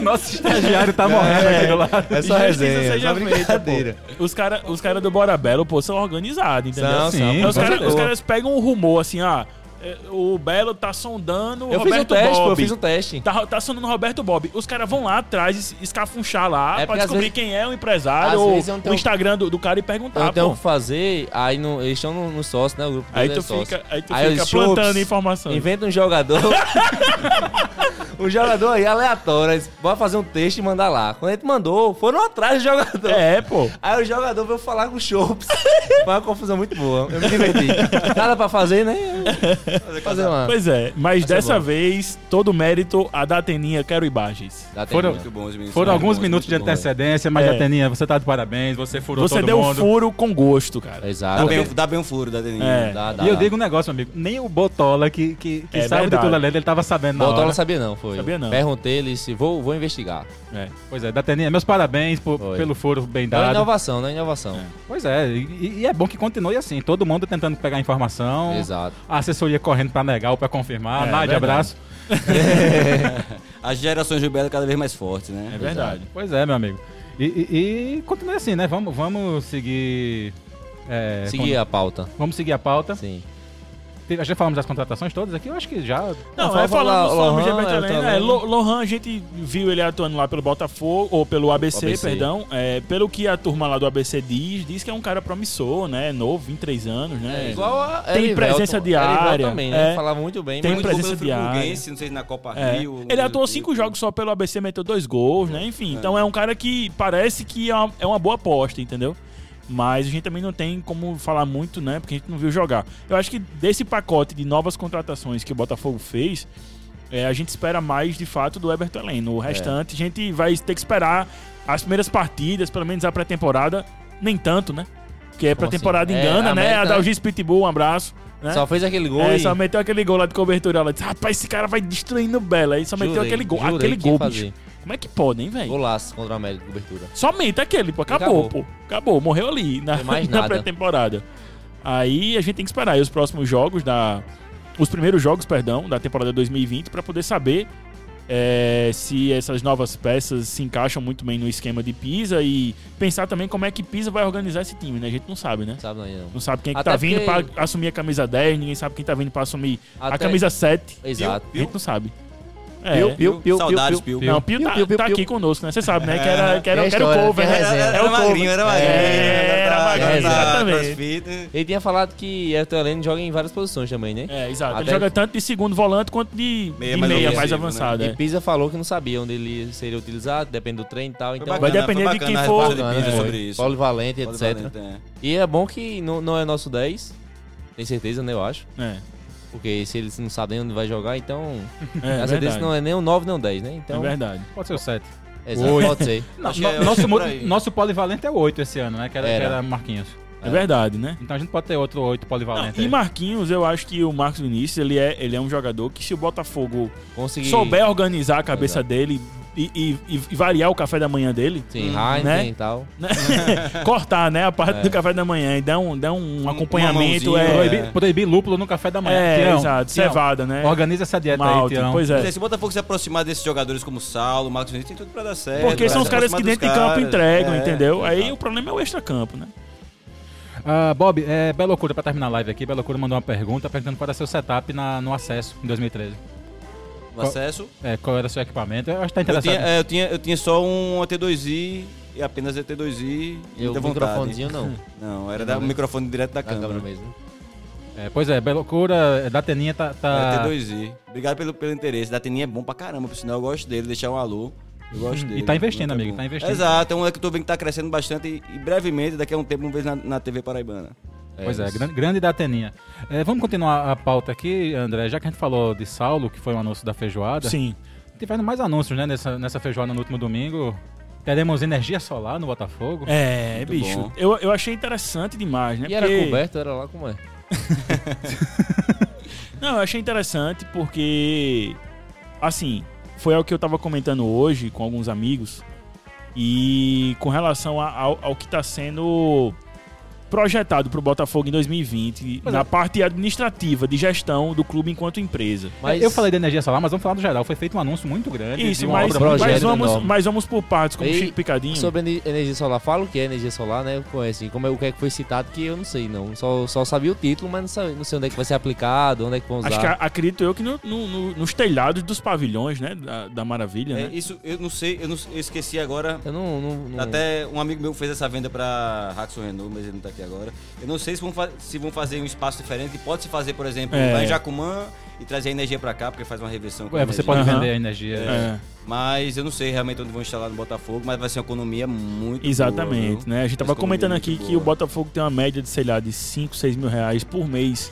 Speaker 1: Nosso estagiário
Speaker 2: É.
Speaker 1: tá morrendo aqui do lado.
Speaker 3: É
Speaker 2: Justiça
Speaker 3: só resenha,
Speaker 2: seja
Speaker 3: é só
Speaker 2: feita,
Speaker 3: brincadeira.
Speaker 2: os caras os cara do Bora Belo, pô, são organizados, entendeu?
Speaker 3: São,
Speaker 1: Sim,
Speaker 3: são,
Speaker 1: é
Speaker 2: Aí
Speaker 3: com
Speaker 2: os, cara-
Speaker 3: certeza.
Speaker 2: os caras pegam um rumor assim, ah, é, o Belo tá sondando o
Speaker 3: Eu fiz um
Speaker 2: Roberto
Speaker 3: teste, pô, eu
Speaker 2: Bob.
Speaker 3: fiz um teste.
Speaker 2: Tá, tá sondando o Roberto Bob. Os caras vão lá atrás es- escafunchar lá
Speaker 3: É
Speaker 2: pra
Speaker 3: porque às
Speaker 2: descobrir
Speaker 3: vezes-
Speaker 2: quem é o
Speaker 3: às
Speaker 2: empresário ou
Speaker 3: vezes eu não tenho-
Speaker 2: o Instagram do, do cara e perguntar,
Speaker 3: Então tem o
Speaker 2: Tá, pô.
Speaker 3: que fazer, aí não, eles estão no, no sócio, né? O grupo
Speaker 2: Aí
Speaker 3: deles
Speaker 2: tu
Speaker 3: é sócio.
Speaker 2: fica, aí tu
Speaker 3: Aí
Speaker 2: fica
Speaker 3: os chutes,
Speaker 2: plantando informação.
Speaker 3: Inventa um jogador. [laughs] um jogador aí aleatório. eles Vai fazer um texto e mandar lá. Quando ele mandou, foram atrás do jogador.
Speaker 2: É, pô.
Speaker 3: Aí o jogador veio falar com o Chops. Foi uma confusão muito boa. Eu me diverti. Nada pra fazer, né? Fazer uma.
Speaker 2: Pois é, mas
Speaker 3: Essa é
Speaker 2: dessa
Speaker 3: boa.
Speaker 2: vez, todo mérito a da Ateninha, quero imagens.
Speaker 3: Dá tempo,
Speaker 1: Foram-
Speaker 3: né?
Speaker 4: Muito bom, os meninos.
Speaker 1: Foram
Speaker 4: são muito
Speaker 1: alguns
Speaker 4: bons,
Speaker 1: minutos de
Speaker 4: muito bons.
Speaker 1: antecedência, mas,
Speaker 2: É.
Speaker 1: Ateninha, você tá de parabéns, você furou
Speaker 2: Você
Speaker 1: todo
Speaker 2: deu um
Speaker 1: mundo.
Speaker 2: furo com gosto, cara.
Speaker 4: Dá
Speaker 3: Exato.
Speaker 4: bem, dá bem um furo da Deninha.
Speaker 2: É.
Speaker 3: Dá, dá,
Speaker 1: E eu
Speaker 3: dá.
Speaker 1: digo um negócio, meu amigo. Nem o Botola, que, que, que
Speaker 2: É
Speaker 1: sabe
Speaker 2: verdade.
Speaker 1: de tudo ele tava sabendo na
Speaker 3: Botola
Speaker 1: hora.
Speaker 3: não sabia não, foi.
Speaker 2: Sabia não.
Speaker 3: Perguntei, ele disse, vou, vou investigar.
Speaker 2: É.
Speaker 1: Pois é, Dateninha, meus parabéns por-
Speaker 3: Foi.
Speaker 1: pelo furo bem
Speaker 3: Não é
Speaker 1: dado.
Speaker 3: inovação, não é inovação.
Speaker 1: Pois é, e, e é bom que continue assim. Todo mundo tentando pegar informação.
Speaker 3: Exato.
Speaker 1: A assessoria correndo pra negar ou pra confirmar.
Speaker 2: É,
Speaker 1: Nádia, abraço.
Speaker 2: verdade.
Speaker 4: As gerações de Belo cada vez mais fortes, né?
Speaker 2: É verdade.
Speaker 1: Pois é, meu amigo. E, e, e continue assim, né? Vamos, vamos seguir... é,
Speaker 3: Seguir a pauta.
Speaker 1: com- Vamos seguir a pauta.
Speaker 3: Sim.
Speaker 1: Teve- Já falamos das contratações todas aqui? Eu acho que já...
Speaker 2: Não,
Speaker 3: Não,
Speaker 2: é
Speaker 3: fala-
Speaker 2: falando
Speaker 3: fala
Speaker 2: sobre o
Speaker 3: Lohan,
Speaker 2: Gilberto
Speaker 3: eu
Speaker 2: Helena.
Speaker 3: também.
Speaker 2: É, Lo- Lohan, a gente viu ele atuando lá pelo Botafogo, ou pelo ABC,
Speaker 3: ABC.
Speaker 2: perdão. É, pelo que a turma lá do ABC diz, diz que é um cara promissor, né? Novo, 23 anos, né?
Speaker 3: É igual a
Speaker 2: Tem
Speaker 3: Erivelton.
Speaker 2: presença diária,
Speaker 3: Erivelton também, né?
Speaker 2: é.
Speaker 3: Falava muito bem.
Speaker 2: Tem
Speaker 3: mas-
Speaker 4: Muito bom
Speaker 2: presença
Speaker 4: pelo
Speaker 2: diária.
Speaker 4: Friburguense, não sei se na Copa
Speaker 2: É.
Speaker 4: Rio.
Speaker 2: Ele atuou
Speaker 4: tipo.
Speaker 2: cinco jogos só pelo ABC, meteu dois gols, né? Enfim, então é um cara que parece que é uma, é uma boa aposta, entendeu? Mas a gente também não tem como falar muito, né? Porque a gente não viu jogar. Eu acho que desse pacote de novas contratações que o Botafogo fez, é, a gente espera mais de fato do Everton Heleno. O restante, a gente vai ter que esperar as primeiras partidas, pelo menos a pré-temporada. Nem tanto, né? Porque é
Speaker 3: Como
Speaker 2: pré-temporada
Speaker 3: assim? É,
Speaker 2: engana, né?
Speaker 3: América,
Speaker 2: A
Speaker 3: né?
Speaker 2: Dalgis Pitbull, um abraço. Né?
Speaker 3: Só fez aquele gol
Speaker 2: É,
Speaker 3: e...
Speaker 2: só meteu aquele gol lá de cobertura. Ela disse, rapaz, esse cara vai destruindo o Bela. Aí só meteu
Speaker 3: Jurei,
Speaker 2: aquele gol.
Speaker 3: jurei
Speaker 2: Aquele
Speaker 3: que
Speaker 2: gol,
Speaker 3: ia
Speaker 2: bicho.
Speaker 3: fazer.
Speaker 2: Como é que pode, hein, velho?
Speaker 3: Golaço contra o América, cobertura.
Speaker 2: Somente aquele, pô. Acabou,
Speaker 3: Acabou.
Speaker 2: pô. Acabou, morreu ali na,
Speaker 3: Tem
Speaker 2: [laughs]
Speaker 3: mais
Speaker 2: na
Speaker 3: nada.
Speaker 2: pré-temporada. Aí a gente tem que esperar aí os próximos jogos da... Os primeiros jogos, perdão, da temporada 2020 pra poder saber é, se essas novas peças se encaixam muito bem no esquema de Pisa e pensar também como é que Pisa vai organizar esse time, né? A gente não sabe, né?
Speaker 3: Sabe não ainda não.
Speaker 2: Não sabe quem é que
Speaker 3: Até
Speaker 2: tá vindo
Speaker 3: porque-
Speaker 2: pra assumir a camisa 10, ninguém sabe quem tá vindo pra assumir a
Speaker 3: Até-
Speaker 2: camisa 7.
Speaker 3: Exato.
Speaker 2: A gente não sabe. É.
Speaker 4: Piu, piu, Saudades, Piu.
Speaker 2: Não, Pio, tá,
Speaker 3: Piu, piu,
Speaker 2: tá
Speaker 3: piu.
Speaker 2: aqui conosco, né? Você sabe, né? Que era, que era,
Speaker 3: Tem
Speaker 2: que era o
Speaker 3: história,
Speaker 2: cover,
Speaker 3: tem
Speaker 2: né?
Speaker 3: resenha.
Speaker 2: Era, o cover.
Speaker 4: magrinho, É, era magrinho.
Speaker 2: É, era magrinho, exatamente.
Speaker 4: exatamente.
Speaker 3: Ele tinha falado que Everton Heleno joga em várias posições também, né?
Speaker 2: É, exato. Ele
Speaker 3: Até-
Speaker 2: joga tanto de segundo volante quanto de de meia,
Speaker 4: Meia mais
Speaker 2: mais,
Speaker 4: ofensivo, né?
Speaker 2: avançada. é.
Speaker 3: E Pisa falou que não sabia onde ele seria utilizado, depende do treino e tal. Então,
Speaker 2: Vai depender de quem for. É.
Speaker 3: bacana, né?
Speaker 4: né? sobre isso.
Speaker 3: Paulo Valente,
Speaker 4: Paulo
Speaker 3: etc.
Speaker 4: Valente, é.
Speaker 3: E é bom que não, não é nosso 10. Tem certeza, né? Eu acho.
Speaker 2: É, é,
Speaker 3: Porque se eles não sabem onde vai jogar, então.
Speaker 2: é
Speaker 3: a certeza
Speaker 2: verdade.
Speaker 3: não é nem o 9, nem o 10, né?
Speaker 2: É
Speaker 3: Então.
Speaker 2: verdade.
Speaker 1: Pode ser o 7.
Speaker 3: exato,
Speaker 1: Oito.
Speaker 3: pode
Speaker 2: [laughs]
Speaker 3: ser.
Speaker 1: No-
Speaker 4: Acho que é-
Speaker 1: no-
Speaker 4: acho que
Speaker 1: nosso,
Speaker 4: é por aí.
Speaker 1: nosso polivalente é 8 esse ano, né? Que era, que
Speaker 3: Era.
Speaker 1: era Marquinhos.
Speaker 2: É verdade, né?
Speaker 1: Então a gente pode ter outro 8
Speaker 2: Não,
Speaker 3: né,
Speaker 1: polivalente.
Speaker 2: e
Speaker 1: aí.
Speaker 2: Marquinhos, eu acho que o Marcos Vinícius, ele é, ele é um jogador que se o Botafogo
Speaker 3: Consegui.
Speaker 2: souber organizar a cabeça
Speaker 3: Exato.
Speaker 2: dele e- e- e- e variar o café da manhã dele,
Speaker 3: Sim,
Speaker 4: Hum,
Speaker 3: Heineken
Speaker 2: né?
Speaker 3: e tal.
Speaker 2: né? [laughs] cortar, né? A parte
Speaker 3: É.
Speaker 2: do café da manhã e dar um, dar um acompanhamento.
Speaker 4: mãozinha,
Speaker 2: é,
Speaker 1: Proibir, proibir lúpulo no café da manhã.
Speaker 2: é,
Speaker 1: Tião,
Speaker 2: exato.
Speaker 1: Tião,
Speaker 2: Cevada, né?
Speaker 1: Organiza essa dieta
Speaker 2: Malte,
Speaker 1: aí, Tião.
Speaker 2: pois
Speaker 4: Quer dizer,
Speaker 2: é.
Speaker 4: Se o Botafogo se aproximar desses jogadores como Saulo, Marcos Vinícius, tem tudo pra dar certo.
Speaker 2: Porque são
Speaker 4: vai
Speaker 2: os
Speaker 4: se
Speaker 2: caras que
Speaker 4: aproximar
Speaker 2: dentro de
Speaker 4: é dos
Speaker 2: campo
Speaker 4: caras.
Speaker 2: entregam,
Speaker 4: É,
Speaker 2: entendeu? Aí
Speaker 4: exato.
Speaker 2: o problema é o extra-campo, né?
Speaker 1: Ah, Bob, é, Bela Loucura, pra terminar a live aqui, Bela Loucura mandou uma pergunta perguntando qual era seu setup na- no acesso em 2013.
Speaker 4: O acesso.
Speaker 1: É, qual era seu equipamento? Eu acho que tá
Speaker 4: Eu
Speaker 1: interessante.
Speaker 4: tinha, é, eu, tinha, eu tinha só um AT2i e apenas AT2i e
Speaker 3: Eu,
Speaker 4: muita
Speaker 3: o
Speaker 4: vontade.
Speaker 3: microfonezinho não. Na
Speaker 4: [laughs] Não, era da- o microfone direto da
Speaker 3: câmera
Speaker 4: câmera.
Speaker 3: mesmo.
Speaker 1: É, pois é, Bela Loucura, é, da Teninha tá. tá-
Speaker 4: Era um, AT2i. Obrigado pelo, pelo interesse. Da Teninha é bom pra caramba, por sinal eu gosto dele, deixar um alô. Eu gosto dele. é
Speaker 1: tá investindo,
Speaker 4: Muito
Speaker 1: amigo,
Speaker 4: bom.
Speaker 1: tá investindo.
Speaker 4: Exato, é um que eu tô vendo que tá crescendo bastante e, e brevemente, daqui a um tempo, vamos ver na, na TV Paraibana.
Speaker 1: Pois é,
Speaker 3: isso.
Speaker 1: grande, grande da Teninha. É, vamos continuar a pauta aqui, André. Já que a gente falou de Saulo, que foi um anúncio da feijoada.
Speaker 2: Sim.
Speaker 1: Tiveram mais anúncios, né, nessa, nessa feijoada no último domingo. Teremos energia solar no Botafogo.
Speaker 2: É, bicho.
Speaker 4: bom.
Speaker 2: Eu, eu achei interessante demais, né?
Speaker 3: E era
Speaker 2: Porque
Speaker 3: coberto, era lá como é.
Speaker 2: Não, eu achei interessante porque, assim, foi o que eu tava comentando hoje com alguns amigos e com relação a- ao, ao que tá sendo projetado pro Botafogo em 2020
Speaker 1: Pois
Speaker 2: na
Speaker 1: é.
Speaker 2: parte administrativa de gestão do clube enquanto empresa.
Speaker 3: Mas
Speaker 1: Eu falei da energia solar, mas vamos falar do geral. Foi feito um anúncio muito grande. de um
Speaker 2: Isso,
Speaker 1: uma
Speaker 2: mas,
Speaker 1: obra muito
Speaker 2: mas
Speaker 3: projeto
Speaker 2: vamos,
Speaker 3: enorme.
Speaker 2: mas vamos por partes, como
Speaker 3: E
Speaker 2: Chico Picadinho.
Speaker 3: sobre ener- energia solar, fala o que é energia solar, né? Eu conheço, e como é, o que é que foi citado, que eu não sei, não. Só, só sabia o título, mas não sei, não sei onde é que vai ser aplicado, onde é que vão usar.
Speaker 2: Acho que a- acredito eu que no- no- no- nos telhados dos pavilhões, né? Da, da Maravilha,
Speaker 4: É,
Speaker 2: né?
Speaker 4: isso eu não sei, eu, não- eu esqueci agora.
Speaker 3: Eu não... não,
Speaker 2: É.
Speaker 3: não-
Speaker 4: Até um amigo meu fez essa venda pra Raxo Renault, mas ele não tá aqui agora. Eu não sei se vão, fa- se vão fazer um espaço diferente. Pode se fazer, por exemplo,
Speaker 2: É.
Speaker 4: lá em Jacumã e trazer a energia pra cá, porque faz uma reversão. com a
Speaker 1: É, você
Speaker 4: energia.
Speaker 1: pode
Speaker 2: Aham.
Speaker 1: vender a energia.
Speaker 2: É,
Speaker 4: Mas eu não sei realmente onde vão instalar no Botafogo, mas vai ser uma economia muito boa,
Speaker 2: exatamente,
Speaker 4: viu?
Speaker 2: né? A gente tava
Speaker 4: Mas
Speaker 2: comentando
Speaker 4: economia
Speaker 2: aqui
Speaker 4: muito
Speaker 2: que o
Speaker 4: boa.
Speaker 2: Botafogo tem uma média de, sei lá, de 5, 6 mil reais por mês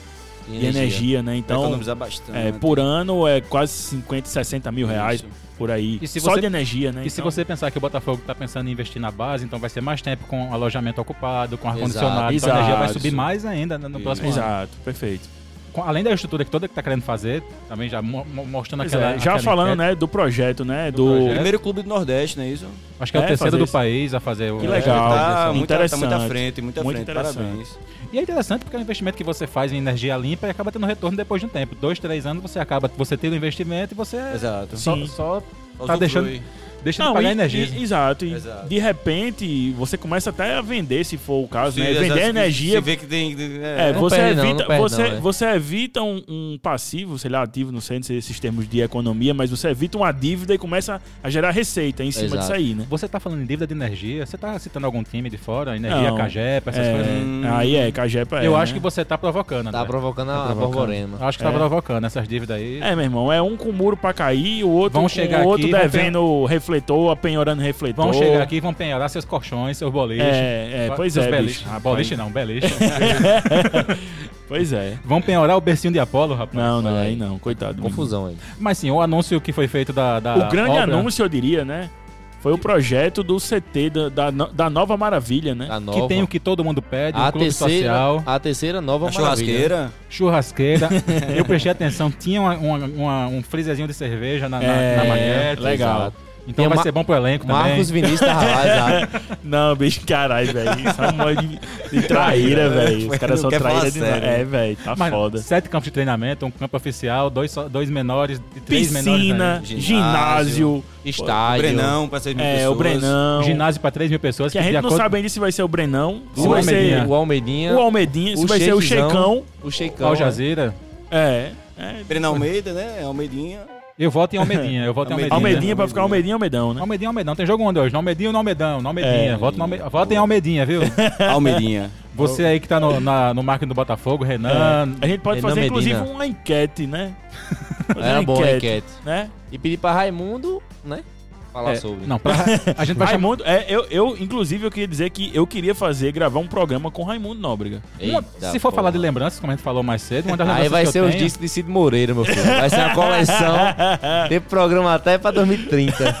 Speaker 3: em
Speaker 2: de energia, né?
Speaker 4: Vai
Speaker 2: Então,
Speaker 4: economizar bastante.
Speaker 2: é,
Speaker 1: né?
Speaker 2: por ano é quase 50, 60 mil reais
Speaker 4: Isso.
Speaker 2: por aí.
Speaker 1: E se
Speaker 2: Só
Speaker 1: você-
Speaker 2: de energia, né?
Speaker 1: E se
Speaker 2: Então,
Speaker 1: você pensar que o Botafogo está pensando em investir na base, então vai ser mais tempo com alojamento ocupado, com ar-condicionado, então a
Speaker 2: Exato.
Speaker 1: energia vai subir mais ainda no no
Speaker 4: Isso.
Speaker 1: próximo ano.
Speaker 2: Exato, perfeito.
Speaker 1: Com- além da estrutura que toda que está querendo fazer, também já mo- mo- mostrando
Speaker 2: Pois
Speaker 1: aquela.
Speaker 2: é, já
Speaker 1: aquela
Speaker 2: falando,
Speaker 1: enquete,
Speaker 2: né, do projeto, né? Do.
Speaker 1: Do projeto.
Speaker 4: Primeiro clube do Nordeste, não é isso?
Speaker 1: Acho que é,
Speaker 2: É,
Speaker 1: o terceiro
Speaker 2: fazer
Speaker 1: do
Speaker 2: isso.
Speaker 1: país a fazer o.
Speaker 2: Que legal.
Speaker 4: Tá, muito, tá
Speaker 2: Interessante.
Speaker 4: muito à frente, muito à
Speaker 2: Muito
Speaker 4: frente.
Speaker 2: interessante.
Speaker 4: Parabéns.
Speaker 1: E é interessante porque é um investimento que você faz em energia limpa e acaba tendo retorno depois de um tempo. Dois, três anos você acaba, você tira o investimento e você
Speaker 4: Exato.
Speaker 1: só,
Speaker 2: Sim.
Speaker 1: só
Speaker 2: tá
Speaker 4: Usufrui.
Speaker 1: deixando- deixa de
Speaker 2: Não,
Speaker 1: pagar
Speaker 2: e-
Speaker 1: energia.
Speaker 2: e- exato. E
Speaker 4: Exato.
Speaker 2: de repente você começa até a vender, se for o caso,
Speaker 4: Se-
Speaker 2: né?
Speaker 4: se-
Speaker 2: Vender
Speaker 4: se-
Speaker 2: energia
Speaker 4: Se vê que tem.
Speaker 2: É,
Speaker 4: É,
Speaker 3: não
Speaker 2: você,
Speaker 3: perde não,
Speaker 2: evita,
Speaker 3: não perde
Speaker 2: você,
Speaker 3: não, é.
Speaker 2: você evita um, um passivo, sei lá, ativo, não sei, não sei esses termos de economia, mas você evita uma dívida e começa a gerar receita em cima
Speaker 3: Exato.
Speaker 2: disso aí, né?
Speaker 1: Você tá falando em dívida de energia, você tá citando algum time de fora? Energia,
Speaker 2: Não.
Speaker 1: Cajepa, essas
Speaker 2: É,
Speaker 1: coisas?
Speaker 2: Aí é, Cajepa é.
Speaker 1: Eu acho
Speaker 2: né?
Speaker 1: que você tá provocando.
Speaker 3: Tá
Speaker 1: André.
Speaker 3: provocando a
Speaker 2: provocando.
Speaker 3: borborema.
Speaker 1: Acho que tá
Speaker 2: É.
Speaker 1: provocando essas dívidas aí.
Speaker 2: É, meu irmão, é um com o muro pra cair, o outro,
Speaker 1: Vão
Speaker 2: com
Speaker 1: chegar
Speaker 2: o outro
Speaker 1: aqui, vão
Speaker 2: devendo refletor, apenhorando refletor.
Speaker 1: Vão chegar aqui e vão penhorar seus colchões, seus boliches.
Speaker 2: É, é, pois
Speaker 1: seus
Speaker 2: é,
Speaker 1: beliches.
Speaker 2: bicho.
Speaker 1: Ah, boliche não, né? beliche.
Speaker 2: [laughs] Pois é.
Speaker 1: vão penhorar o bercinho de Apolo, rapaz.
Speaker 2: Não, não,
Speaker 3: Olha aí.
Speaker 2: aí não, coitado.
Speaker 3: Confusão aí.
Speaker 1: Mas sim, o anúncio que foi feito da. da
Speaker 2: O grande
Speaker 1: obra-
Speaker 2: anúncio, eu diria, né? Foi o projeto do CT, da, da, no- da Nova Maravilha, né?
Speaker 3: A nova.
Speaker 1: Que tem o que todo mundo pede, um
Speaker 3: a
Speaker 1: clube social,
Speaker 3: terceira, a terceira nova
Speaker 4: a
Speaker 3: maravilha.
Speaker 4: churrasqueira.
Speaker 1: churrasqueira. [laughs] Eu prestei atenção, tinha uma- uma- uma- um freezerzinho de cerveja na, na,
Speaker 2: É,
Speaker 1: na maquete.
Speaker 2: legal.
Speaker 1: Exato. Então
Speaker 3: Tem
Speaker 1: vai
Speaker 3: Ma-
Speaker 1: ser bom pro elenco
Speaker 3: Marcos
Speaker 1: também.
Speaker 3: Vinícius tava
Speaker 1: [laughs]
Speaker 3: lá, exato.
Speaker 2: Não, bicho, caralho, velho. Isso é um monte de, de
Speaker 4: [laughs]
Speaker 2: traíra, velho. Os caras
Speaker 4: Não
Speaker 2: são
Speaker 4: quer falar
Speaker 2: traíra demais.
Speaker 4: sério.
Speaker 2: É, velho, tá
Speaker 1: Mas
Speaker 2: foda.
Speaker 1: sete campos de treinamento, um campo oficial, dois, só- dois menores, e três
Speaker 2: Piscina,
Speaker 1: menores.
Speaker 4: Ginásio.
Speaker 2: ginásio,
Speaker 4: O
Speaker 3: Estádio.
Speaker 4: Brenão, pra 6 mil
Speaker 2: é,
Speaker 4: pessoas.
Speaker 2: o Brenão.
Speaker 1: Né? Ginásio pra 3 mil pessoas.
Speaker 2: Que a
Speaker 1: de
Speaker 2: gente não
Speaker 1: acordo-
Speaker 2: sabe ainda se vai ser o Brenão, se
Speaker 1: O
Speaker 2: vai
Speaker 1: Almedinha.
Speaker 2: ser
Speaker 3: O Almedinha.
Speaker 2: o Almedinha, se
Speaker 3: O
Speaker 2: vai ser o
Speaker 3: Sheikzão.
Speaker 2: Checão.
Speaker 3: O
Speaker 1: O
Speaker 3: Sheikão.
Speaker 1: Al Jazeera.
Speaker 2: É. é.
Speaker 4: Brenão Almeida, né?
Speaker 2: [laughs]
Speaker 4: Almeidinha.
Speaker 1: Eu voto em Almedinha. Eu voto em Almedinha.
Speaker 4: Almedinha.
Speaker 2: Almedinha, pra
Speaker 4: Almedinha.
Speaker 2: ficar Almedinha, Almedão, né?
Speaker 1: Almedinha, Almedão. Tem jogo onde hoje? No Almedinha ou no Almedão? No Almedinha.
Speaker 2: É.
Speaker 1: Voto, no Alme... voto em Almedinha, viu?
Speaker 4: Almeidinha.
Speaker 1: Você aí que tá no, na- no marketing do Botafogo, Renan.
Speaker 2: É. A gente pode
Speaker 3: Renan
Speaker 2: fazer, inclusive,
Speaker 3: Medina.
Speaker 2: uma
Speaker 1: [laughs]
Speaker 2: enquete, né? Fazer
Speaker 1: É
Speaker 3: Era
Speaker 2: uma
Speaker 3: bom a enquete.
Speaker 2: Né?
Speaker 3: E pedir pra Raimundo, né? Falar
Speaker 1: É,
Speaker 3: sobre.
Speaker 1: Não, pra- a gente vai chamar.
Speaker 2: Raimundo, é, eu, eu, inclusive, eu queria dizer que eu queria fazer, gravar um programa com Raimundo Nóbrega.
Speaker 1: Uma-
Speaker 3: Eita,
Speaker 1: se for falar de
Speaker 3: porra.
Speaker 1: lembranças, como a gente falou mais cedo, uma das
Speaker 3: Aí
Speaker 1: lembranças
Speaker 3: vai
Speaker 1: que
Speaker 3: ser
Speaker 1: eu
Speaker 3: os
Speaker 1: tenho-
Speaker 3: discos de Cid Moreira, meu filho. Vai ser
Speaker 2: [laughs]
Speaker 3: uma coleção. Tem programa até pra 2030.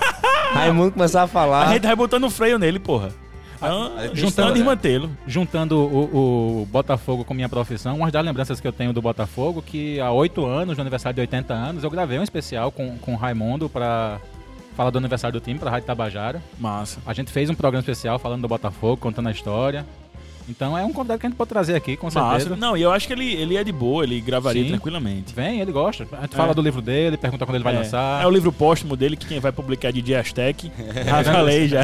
Speaker 3: Raimundo começar a
Speaker 2: A
Speaker 3: falar.
Speaker 2: gente vai botando freio nele, porra. Ah,
Speaker 4: aí tem
Speaker 2: juntando
Speaker 4: história.
Speaker 2: e mantê-lo.
Speaker 1: Juntando o, o Botafogo com minha profissão, uma das lembranças que eu tenho do Botafogo, que há oito anos, no aniversário de 80 anos, eu gravei um especial com, com o Raimundo pra falar do aniversário do time, pra Rádio Tabajara.
Speaker 2: Massa.
Speaker 1: A gente fez um programa especial falando do Botafogo, contando a história. Então é um convidado que a gente pode trazer aqui, com certeza.
Speaker 2: Massa. Não, e eu acho que ele, ele é de boa, ele gravaria
Speaker 1: Sim.
Speaker 2: tranquilamente.
Speaker 1: Vem, ele gosta. A gente
Speaker 2: É.
Speaker 1: fala do livro dele, pergunta quando ele vai
Speaker 2: é.
Speaker 1: lançar.
Speaker 2: É o livro póstumo dele que quem vai publicar é DJ Aztec. Já falei já.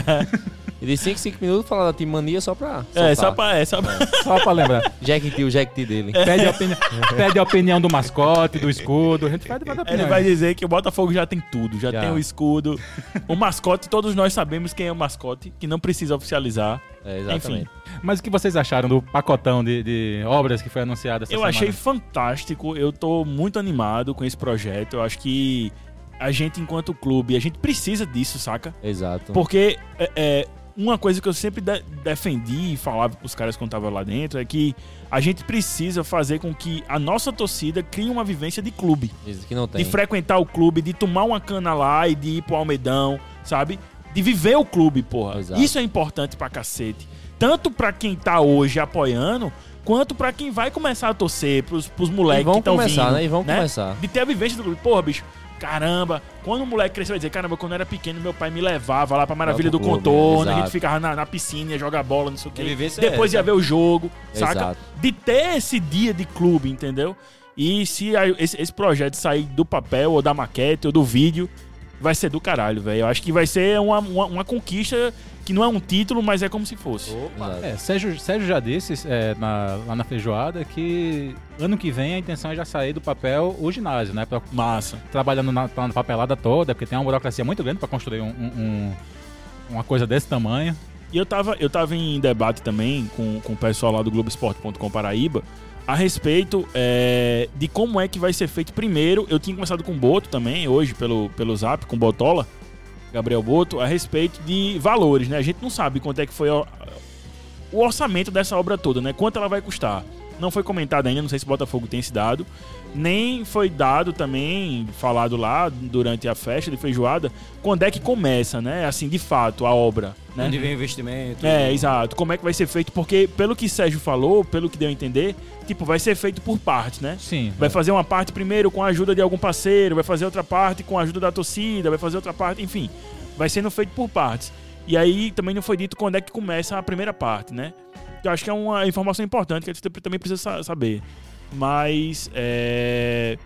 Speaker 3: E de 5 5 minutos falar da Timania só pra.
Speaker 2: É,
Speaker 3: soltar.
Speaker 2: só pra. É, só pra...
Speaker 1: Só pra lembrar.
Speaker 3: Jack T, o Jack T dele.
Speaker 1: Pede a, opini- pede a opinião do mascote, do escudo. A gente pede várias
Speaker 2: Ele
Speaker 1: opiniões.
Speaker 2: vai dizer que o Botafogo já tem tudo, já,
Speaker 1: É. Já.
Speaker 2: tem o escudo, o mascote, todos nós sabemos quem é o mascote, que não precisa oficializar.
Speaker 3: É, exatamente.
Speaker 1: Mas o que vocês acharam do pacotão de, de obras que foi anunciado essa
Speaker 2: eu
Speaker 1: semana?
Speaker 2: achei fantástico, eu tô muito animado com esse projeto. Eu acho que a gente, enquanto clube, a gente precisa disso, saca?
Speaker 3: Exato.
Speaker 2: Porque é, é, uma coisa que eu sempre de- defendi e falava pros caras quando tava lá dentro é que a gente precisa fazer com que a nossa torcida crie uma vivência de clube.
Speaker 3: Isso que não tem.
Speaker 2: De frequentar o clube, de tomar uma cana lá e de ir pro Almedão, sabe? De viver o clube, porra.
Speaker 3: Exato.
Speaker 2: Isso é importante pra cacete. Tanto pra quem tá hoje apoiando, quanto pra quem vai começar a torcer, pros, pros moleques
Speaker 3: vão
Speaker 2: que estão
Speaker 3: começar,
Speaker 2: vindo.
Speaker 3: né? E vão começar.
Speaker 2: De ter a vivência do clube. Porra, bicho, caramba. Quando o moleque cresceu, vai dizer, caramba, quando eu era pequeno, meu pai me levava lá pra Maravilha
Speaker 3: Pro
Speaker 2: do
Speaker 3: clube,
Speaker 2: Contorno, a
Speaker 3: exato. né?
Speaker 2: gente ficava na, na piscina, ia jogar bola, não sei o
Speaker 4: A
Speaker 2: quê.
Speaker 4: vivência é
Speaker 2: Depois
Speaker 4: essa.
Speaker 2: ia ver o jogo, saca?
Speaker 3: Exato.
Speaker 2: De ter esse dia de clube, entendeu? E se a- esse, esse projeto sair do papel, ou da maquete, ou do vídeo, vai ser do caralho, velho. Eu acho que vai ser uma, uma, uma conquista que não é um título, mas é como se fosse.
Speaker 3: Exato.
Speaker 1: É, Sérgio, Sérgio já disse é, na- lá na feijoada que ano que vem a intenção é já sair do papel o ginásio, né? Pra,
Speaker 2: Massa.
Speaker 1: trabalhando na, tá na papelada toda, porque tem uma burocracia muito grande pra construir um- um- um- uma coisa desse tamanho.
Speaker 2: E eu tava, eu tava em debate também com, com o pessoal lá do Globoesporte.com Paraíba a respeito é, de como é que vai ser feito primeiro. Eu tinha conversado com o Boto também, hoje, pelo, pelo Zap, com o Botola, Gabriel Boto, a respeito de valores, né? A gente não sabe quanto é que foi o, o orçamento dessa obra toda, né? Quanto ela vai custar. Não foi comentado ainda, não sei se o Botafogo tem esse dado. Nem foi dado também, falado lá durante a festa de feijoada, quando é que começa, né? Assim, de fato, a obra. Né?
Speaker 4: Onde vem o investimento.
Speaker 2: É, exato. Como é que vai ser feito? Porque, pelo que Sérgio falou, pelo que deu a entender, tipo, vai ser feito por partes, né?
Speaker 1: Sim.
Speaker 2: Vai fazer uma parte primeiro com a ajuda de algum parceiro, vai fazer outra parte com a ajuda da torcida, vai fazer outra parte, enfim. Vai sendo feito por partes. E aí também não foi dito quando é que começa a primeira parte, né? Eu acho que é uma informação importante que a gente também precisa sa- saber. Mas é,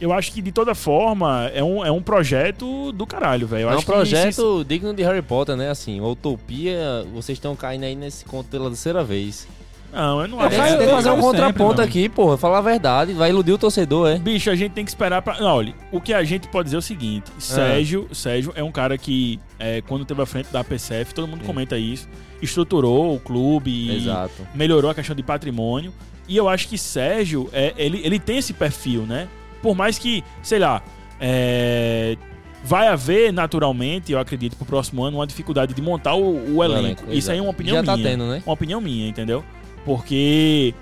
Speaker 2: eu acho que de toda forma é um, é um projeto do caralho, velho. Eu
Speaker 3: É um
Speaker 2: acho que se-
Speaker 3: projeto digno de Harry Potter, né? Assim, uma utopia, vocês estão caindo aí nesse conto pela terceira vez.
Speaker 2: Não, eu né, não
Speaker 1: É,
Speaker 2: acho.
Speaker 1: vai-
Speaker 3: Tem que fazer um
Speaker 1: sempre,
Speaker 3: contraponto
Speaker 1: mano.
Speaker 3: aqui, porra. Falar a verdade, vai iludir o torcedor, é.
Speaker 2: Bicho, a gente tem que esperar pra. Não, olha, o que a gente pode dizer é o seguinte:
Speaker 3: Ah.
Speaker 2: Sérgio, Sérgio é um cara que, é, quando teve à frente da PCF, todo mundo
Speaker 3: Sim.
Speaker 2: comenta isso, estruturou o clube, e
Speaker 3: Exato.
Speaker 2: melhorou a questão de patrimônio. E eu acho que Sérgio, é, ele, ele tem esse perfil, né? Por mais que, sei lá, é, vai haver naturalmente, eu acredito, pro próximo ano, uma dificuldade de montar o, o elenco. Isso aí é uma opinião
Speaker 3: Já
Speaker 2: minha
Speaker 3: tá tendo, né?
Speaker 2: uma opinião minha, entendeu? Porque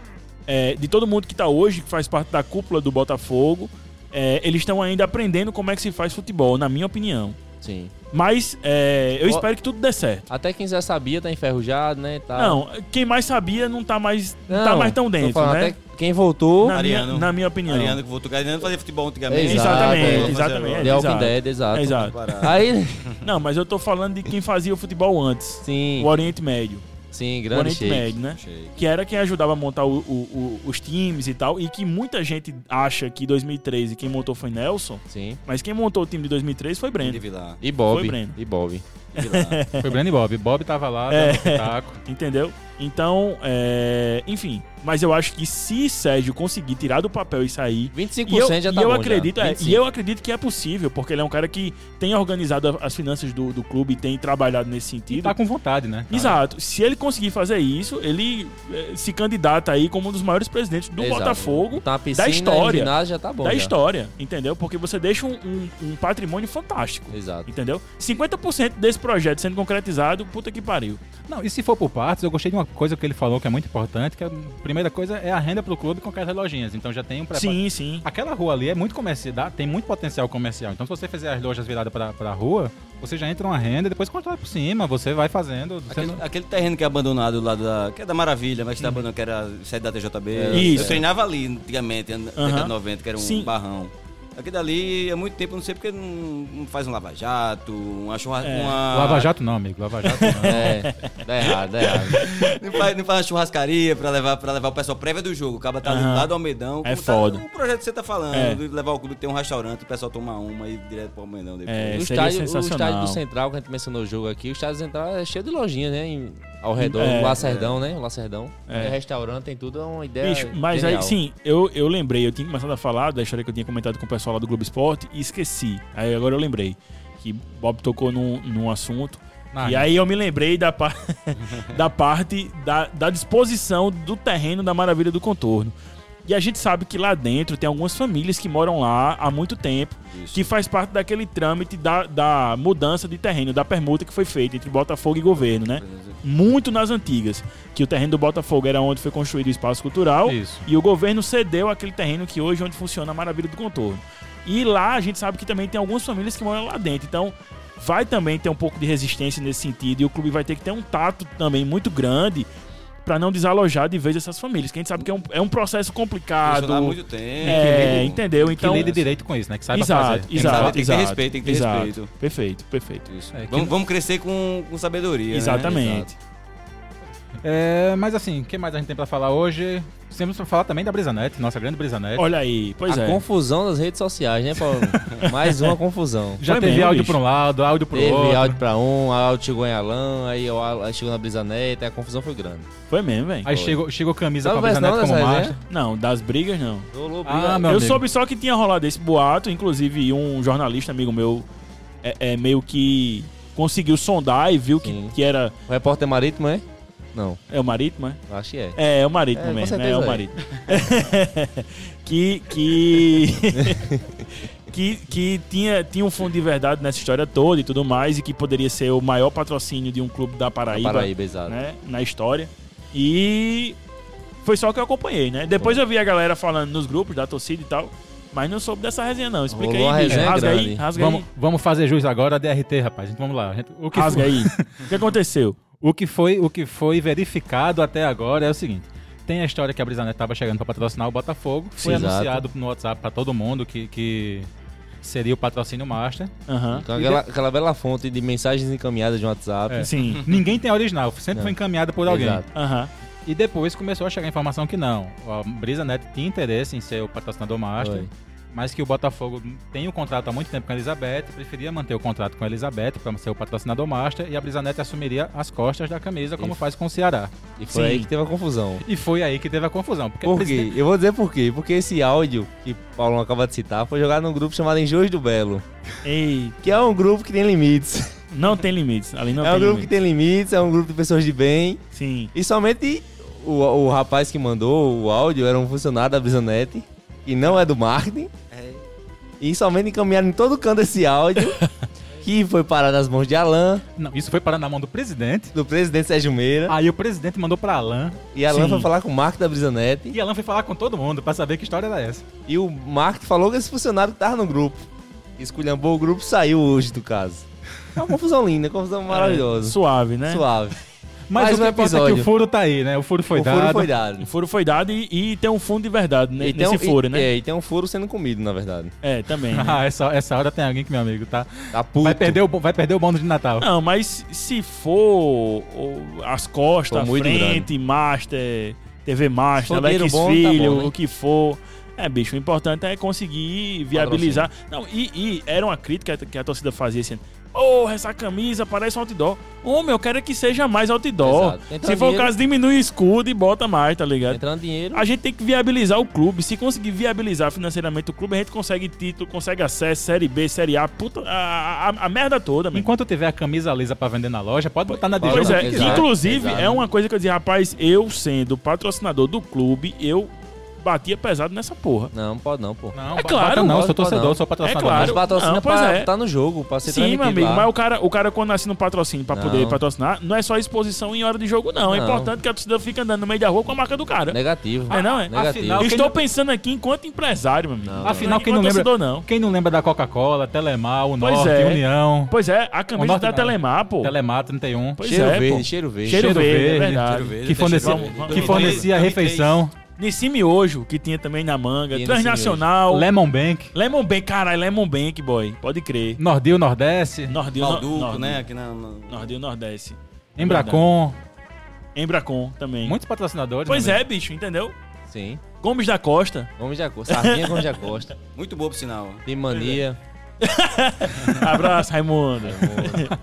Speaker 2: é, de todo mundo que tá hoje, que faz parte da cúpula do Botafogo, é, eles estão ainda aprendendo como é que se faz futebol, na minha opinião.
Speaker 3: Sim.
Speaker 2: Mas é, eu
Speaker 3: Ó-
Speaker 2: espero que tudo dê certo.
Speaker 3: Até quem já sabia tá enferrujado, né? Tá...
Speaker 2: Não, quem mais sabia não tá mais, não, tá mais tão
Speaker 3: tô
Speaker 2: dentro,
Speaker 3: falando,
Speaker 2: né?
Speaker 3: até quem voltou.
Speaker 2: Na, minha,
Speaker 4: Ariano.
Speaker 2: na minha opinião.
Speaker 4: Ariano que voltou. Ariano fazia futebol antigamente.
Speaker 3: Exato, Exatamente,
Speaker 4: voltou a fazer
Speaker 2: exatamente.
Speaker 3: The
Speaker 4: agora.
Speaker 2: é,
Speaker 3: Walking
Speaker 2: exato.
Speaker 3: Dead, exato.
Speaker 2: Exato.
Speaker 4: Parado.
Speaker 3: Aí,
Speaker 2: Não, mas eu tô falando de quem fazia o futebol antes.
Speaker 3: sim,
Speaker 2: [laughs] O Oriente Médio.
Speaker 3: sim,
Speaker 2: o
Speaker 3: grande
Speaker 2: Oriente
Speaker 3: shake.
Speaker 2: Médio, né?
Speaker 4: Achei.
Speaker 2: que era quem ajudava a montar o- o- o- os times e tal, e que muita gente acha que 2013 quem montou foi Nelson,
Speaker 3: Sim.
Speaker 2: mas quem montou o time de 2013 foi
Speaker 4: De
Speaker 2: Breno,
Speaker 4: Vilar.
Speaker 3: E Bob.
Speaker 2: Foi Breno.
Speaker 3: E Bob.
Speaker 2: [laughs]
Speaker 4: De Vilar.
Speaker 1: Foi Breno e Bob. Bob tava lá,
Speaker 2: É.
Speaker 1: dando um pitaco.
Speaker 2: entendeu? Então, é, enfim, mas eu acho que se Sérgio conseguir tirar do papel e sair
Speaker 3: 25%
Speaker 2: e eu,
Speaker 3: já
Speaker 2: e
Speaker 3: tá
Speaker 2: eu
Speaker 3: bom.
Speaker 2: acredito,
Speaker 3: já.
Speaker 2: é,
Speaker 3: 25.
Speaker 2: e eu acredito que é possível, porque ele é um cara que tem organizado a- as finanças do, do clube e tem trabalhado nesse
Speaker 1: E
Speaker 2: sentido.
Speaker 1: tá com vontade, né? Tá.
Speaker 2: Exato. Se ele conseguir fazer isso, ele eh, se candidata aí como um dos maiores presidentes do
Speaker 3: Exato.
Speaker 2: Botafogo
Speaker 3: tá, a piscina,
Speaker 2: história.
Speaker 3: e o ginásio já tá bom.
Speaker 2: da
Speaker 3: já.
Speaker 2: história, entendeu? Porque você deixa um, um- um patrimônio fantástico,
Speaker 3: Exato.
Speaker 2: entendeu? 50% desse projeto sendo concretizado, puta que pariu.
Speaker 1: Não, e se for por partes, eu gostei de uma coisa que ele falou que é muito importante, que a primeira coisa é a renda pro clube com aquelas lojinhas. Então já tem um preparo.
Speaker 2: Sim, sim.
Speaker 1: Aquela rua ali é muito comercial, dá- tem muito potencial comercial. Então se você fizer as lojas viradas pra, pra rua, você já entra uma renda, depois constrói por cima, você vai fazendo. Você
Speaker 4: Aquele,
Speaker 1: não-
Speaker 4: aquele terreno que é abandonado lá da. que é da Maravilha, mas que tá abandonado, que era sede da TJB.
Speaker 2: É. Isso.
Speaker 4: Eu treinava ali antigamente, ano
Speaker 2: Aham.
Speaker 4: 80, 90, que era um
Speaker 2: Sim.
Speaker 4: barrão. Aqui dali é muito tempo, não sei porque não, não faz um lava-jato, uma churrascaria.
Speaker 2: É.
Speaker 1: Lava Jato não, amigo. Lava Jato
Speaker 2: Então.
Speaker 1: não.
Speaker 3: É, dá errado, dá errado.
Speaker 2: [laughs]
Speaker 4: Não faz, não faz uma churrascaria pra levar, pra levar o pessoal prévia do jogo. O cara tá ali
Speaker 2: Aham.
Speaker 4: lá do Almedão.
Speaker 2: É
Speaker 4: Como
Speaker 2: foda.
Speaker 4: Tá, o projeto que você tá falando,
Speaker 2: É.
Speaker 4: de levar o clube que tem um restaurante, o pessoal tomar uma e ir direto pro Almedão depois.
Speaker 2: É,
Speaker 3: o,
Speaker 2: seria
Speaker 3: estádio, o
Speaker 2: sensacional.
Speaker 3: estádio do Central, que a gente mencionou o jogo aqui, o estádio do Central é cheio de lojinhas, né? em- ao redor,
Speaker 2: É,
Speaker 3: o Lacerdão, né? O Lacerdão.
Speaker 2: É.
Speaker 3: Tem restaurante, tem tudo, é uma ideia.
Speaker 2: Bicho, mas
Speaker 3: genial.
Speaker 2: aí sim, eu, eu lembrei, eu tinha começado a falar da história que eu tinha comentado com o pessoal lá do Globo Esporte e esqueci. Aí agora eu lembrei que Bob tocou num, num assunto.
Speaker 1: Ah,
Speaker 2: e aí eu me lembrei da, par- [laughs] da parte da, da disposição do terreno da Maravilha do Contorno. E a gente sabe que lá dentro tem algumas famílias que moram lá há muito tempo,
Speaker 4: Isso.
Speaker 2: que faz parte daquele trâmite da, da mudança de terreno, da permuta que foi feita entre Botafogo e governo, né? Muito nas antigas, que o terreno do Botafogo era onde foi construído o espaço cultural
Speaker 1: Isso.
Speaker 2: e o governo cedeu aquele terreno que hoje é onde funciona a Maravilha do Contorno. E lá a gente sabe que também tem algumas famílias que moram lá dentro. Então vai também ter um pouco de resistência nesse sentido e o clube vai ter que ter um tato também muito grande pra não desalojar de vez essas famílias. Que a gente sabe que é um, é um processo complicado.
Speaker 4: Funcionar há muito tempo.
Speaker 2: É, entendeu?
Speaker 1: Que
Speaker 2: Então,
Speaker 1: lide direito com isso, né? Que saiba
Speaker 2: exato,
Speaker 1: fazer.
Speaker 2: exato,
Speaker 4: saber, tem que ter
Speaker 2: exato,
Speaker 4: respeito, tem que ter
Speaker 2: exato.
Speaker 4: respeito.
Speaker 2: Perfeito, perfeito.
Speaker 4: Isso.
Speaker 1: É, que
Speaker 4: vamos,
Speaker 1: não-
Speaker 4: vamos crescer com, com sabedoria. né?
Speaker 2: Exatamente.
Speaker 4: Exato.
Speaker 1: É, mas assim, o que mais a gente tem pra falar hoje? Temos pra falar também da Brisanete, nossa grande Brisanete.
Speaker 2: Olha aí, pois
Speaker 3: a
Speaker 2: é.
Speaker 3: confusão das redes sociais,
Speaker 2: [laughs]
Speaker 3: né, Paulo? Mais uma confusão.
Speaker 1: Já
Speaker 2: Foi
Speaker 1: teve
Speaker 2: mesmo,
Speaker 1: áudio
Speaker 2: bicho.
Speaker 1: pra um lado, áudio pro
Speaker 3: Teve
Speaker 1: outro.
Speaker 3: áudio pra um, áudio chegou em Alan, aí o Alan chegou na Brisa Neta, a confusão foi grande.
Speaker 2: Foi mesmo, velho.
Speaker 1: Aí chegou, chegou camisa
Speaker 3: Sabe
Speaker 1: pra
Speaker 3: mais não
Speaker 1: Brisanete como
Speaker 3: dessa
Speaker 1: master.
Speaker 2: Não, das brigas não.
Speaker 3: Rolou
Speaker 1: Ah,
Speaker 3: briga.
Speaker 1: meu
Speaker 2: eu
Speaker 1: amigo.
Speaker 2: soube só que tinha rolado esse boato, inclusive um jornalista amigo meu é, é meio que conseguiu sondar e viu que,
Speaker 3: Sim.
Speaker 2: que era.
Speaker 3: O repórter marítimo é? Não,
Speaker 2: É o marítimo, é?
Speaker 3: acho que é.
Speaker 2: É, é o marítimo
Speaker 3: É, com
Speaker 2: mesmo, é,
Speaker 3: certeza
Speaker 2: o
Speaker 3: é.
Speaker 2: marítimo. [laughs] que. que. [laughs] que, que tinha, tinha um fundo de verdade nessa história toda e tudo mais, e que poderia ser o maior patrocínio de um clube da
Speaker 3: Na
Speaker 2: Paraíba,
Speaker 3: Paraíba, exato.
Speaker 2: né, na história. E foi só o que eu acompanhei, né? Depois eu vi a galera falando nos grupos da torcida e tal, mas não soube dessa resenha, não. Explica
Speaker 3: Rolou uma
Speaker 2: aí, bicho.
Speaker 3: resenha
Speaker 2: Rasga aí,
Speaker 3: grande.
Speaker 2: rasga
Speaker 1: Vamos,
Speaker 2: aí.
Speaker 1: vamos fazer jus agora a DRT, rapaz. Gente, vamos lá. Gente, o, que
Speaker 2: Rasga
Speaker 1: foi,
Speaker 2: aí. O que aconteceu?
Speaker 1: o, que foi, o que foi verificado até agora é o seguinte. Tem a história que a Brisanete estava chegando para patrocinar o Botafogo. Foi
Speaker 3: Exato.
Speaker 1: anunciado no WhatsApp para todo mundo que, que seria o patrocínio Master.
Speaker 2: Aham.
Speaker 3: Com aquela, aquela bela fonte de mensagens encaminhadas de WhatsApp.
Speaker 1: É.
Speaker 2: Sim.
Speaker 1: Ninguém tem a original, sempre
Speaker 3: Não.
Speaker 1: foi encaminhada por alguém.
Speaker 3: Exato.
Speaker 2: Aham.
Speaker 1: E depois começou a chegar a informação que não. A Brisanet tinha interesse em ser o patrocinador Master,
Speaker 3: Foi.
Speaker 1: mas que o Botafogo tem um contrato há muito tempo com a Elizabeth, preferia manter o contrato com a Elizabeth para ser o patrocinador Master e a Brisanet assumiria as costas da camisa, como
Speaker 3: E-
Speaker 1: faz com o Ceará.
Speaker 3: E foi
Speaker 2: Sim.
Speaker 3: aí que teve a confusão.
Speaker 1: E foi aí que teve a confusão. Porque
Speaker 3: Por
Speaker 1: a presidente-
Speaker 3: quê? Eu vou dizer por quê. Porque esse áudio que Paulo acaba de citar foi jogado num grupo chamado Enjoios do Belo,
Speaker 2: Ei,
Speaker 3: que é um grupo que tem limites.
Speaker 2: não tem limites. Ali não
Speaker 3: é um
Speaker 2: tem
Speaker 3: grupo
Speaker 2: limites.
Speaker 3: que tem limites, é um grupo de pessoas de bem.
Speaker 2: Sim.
Speaker 3: E somente o, o rapaz que mandou o áudio era um funcionário da Brisanete, que não é do marketing. E somente encaminharam em todo canto esse áudio, que foi parar nas mãos de Alain,
Speaker 1: Não, isso foi parar na mão do presidente.
Speaker 3: do presidente Sérgio Meira.
Speaker 1: Aí o presidente mandou para Alan
Speaker 3: E Alain
Speaker 2: Sim.
Speaker 3: foi falar com o Marco da Brisanete.
Speaker 1: e Alan foi falar com todo mundo para saber que história era essa.
Speaker 3: E o Marco falou que esse funcionário que tava no grupo. Esculhambou o grupo saiu hoje do caso. É uma confusão linda, uma confusão maravilhosa.
Speaker 2: Suave, né?
Speaker 3: Suave.
Speaker 1: Mas
Speaker 3: Mais
Speaker 1: o que
Speaker 3: um
Speaker 1: importa é que
Speaker 3: episódio.
Speaker 1: o furo tá aí, né? O furo foi
Speaker 3: o
Speaker 1: dado.
Speaker 3: furo foi dado.
Speaker 2: O furo foi dado e, e tem um fundo de verdade ne-
Speaker 3: E tem
Speaker 2: nesse
Speaker 3: um-
Speaker 2: furo,
Speaker 3: e-
Speaker 2: né? É,
Speaker 3: É, e tem um furo sendo comido, na verdade.
Speaker 2: também.
Speaker 3: [laughs]
Speaker 1: [laughs]
Speaker 2: né?
Speaker 1: Ah, essa, essa hora tem alguém que meu amigo tá.
Speaker 3: Tá puto.
Speaker 1: Vai perder o, bo- vai perder o bônus de Natal.
Speaker 2: Não, mas se for o- as costas,
Speaker 3: Foi
Speaker 2: à
Speaker 3: muito
Speaker 2: frente, Master, TV Master,
Speaker 3: Se for dinheiro
Speaker 2: Alex
Speaker 3: bom, tá
Speaker 2: Filho,
Speaker 3: bom, né?
Speaker 2: o que for. É, bicho, o importante é conseguir viabilizar. Não, e, e era uma crítica que a torcida fazia assim. Oh, essa camisa parece um outdoor. Homem, eu quero é que seja mais outdoor.
Speaker 3: Exato. Então,
Speaker 2: Se for o
Speaker 3: dinheiro-
Speaker 2: caso, diminui o escudo e bota mais, tá ligado?
Speaker 3: Entrando dinheiro.
Speaker 2: A gente tem que viabilizar o clube. Se conseguir viabilizar financeiramente o clube, a gente consegue título, consegue acesso, Série B, Série A, puta, a, a, a merda toda, meu.
Speaker 1: Enquanto tiver a camisa lisa pra vender na loja, pode botar na né? de
Speaker 2: Pois
Speaker 1: jogo.
Speaker 2: é,
Speaker 3: Exato,
Speaker 2: inclusive,
Speaker 3: exato.
Speaker 2: é uma coisa que eu dizia, rapaz, eu sendo patrocinador do clube, eu batia pesado nessa porra.
Speaker 3: Não, pode não, pô.
Speaker 1: Não,
Speaker 2: É
Speaker 1: bo-
Speaker 2: claro,
Speaker 1: bota não,
Speaker 3: pode,
Speaker 1: sou
Speaker 3: pode
Speaker 1: torcedor,
Speaker 3: não.
Speaker 1: sou patrocinador.
Speaker 2: É claro.
Speaker 3: Mas patrocina
Speaker 2: não, pois
Speaker 3: pra
Speaker 2: é.
Speaker 3: tá no jogo, pra ser
Speaker 2: Sim, meu
Speaker 3: transmitido
Speaker 2: amigo,
Speaker 3: lá.
Speaker 2: mas o cara, o cara quando assina um patrocínio pra
Speaker 3: Não.
Speaker 2: poder patrocinar, não é só exposição em hora de jogo, não. É
Speaker 3: Não.
Speaker 2: importante que a torcida fica andando no meio da rua com a marca do cara.
Speaker 3: Negativo.
Speaker 2: É, não, é?
Speaker 3: Negativo.
Speaker 1: Afinal-
Speaker 2: Eu
Speaker 1: quem
Speaker 2: Estou
Speaker 1: não-
Speaker 2: pensando aqui enquanto empresário, meu amigo.
Speaker 1: Afinal,
Speaker 3: Não,
Speaker 2: Não é
Speaker 1: quem não
Speaker 2: enquanto
Speaker 1: lembra-
Speaker 2: torcedor, não.
Speaker 1: Quem não lembra da Coca-Cola, Telemar, o
Speaker 2: Pois
Speaker 1: Norte,
Speaker 2: é.
Speaker 1: União,
Speaker 2: Pois é, a
Speaker 1: O
Speaker 2: camisa
Speaker 1: Norte
Speaker 2: da
Speaker 1: não.
Speaker 2: Telemar, pô.
Speaker 1: Telemar 31,
Speaker 2: Pois
Speaker 3: cheiro
Speaker 2: é,
Speaker 3: verde,
Speaker 2: pô.
Speaker 3: cheiro verde.
Speaker 2: Cheiro,
Speaker 1: Cheiro
Speaker 2: verde,
Speaker 1: verde,
Speaker 2: é verdade.
Speaker 4: cheiro verde.
Speaker 1: que fornecia,
Speaker 2: vamos, vamos.
Speaker 1: que fornecia
Speaker 4: Vamos,
Speaker 1: refeição,
Speaker 2: Nesse miojo que tinha também na manga,
Speaker 3: Tinha
Speaker 2: Transnacional,
Speaker 1: Lemon Bank,
Speaker 2: Lemon Bank, caralho, Lemon Bank, boy. Pode crer.
Speaker 1: Nordil Nordeste,
Speaker 2: Nordil, no-
Speaker 4: Balduco,
Speaker 2: Nordil,
Speaker 4: né? Aqui na, na-
Speaker 2: Nordil Nordeste. É
Speaker 1: Embracon,
Speaker 2: Embracon também.
Speaker 1: muitos patrocinadores.
Speaker 2: pois
Speaker 1: né,
Speaker 2: é, bicho, entendeu?
Speaker 3: Sim.
Speaker 2: Gomes
Speaker 1: [laughs]
Speaker 2: da Costa.
Speaker 3: Gomes de Acosta. Sardinha Gomes de Acosta.
Speaker 4: Muito boa, por sinal.
Speaker 3: Tem
Speaker 2: é.
Speaker 3: mania.
Speaker 2: Abraço, É, Raimundo.
Speaker 1: amigo?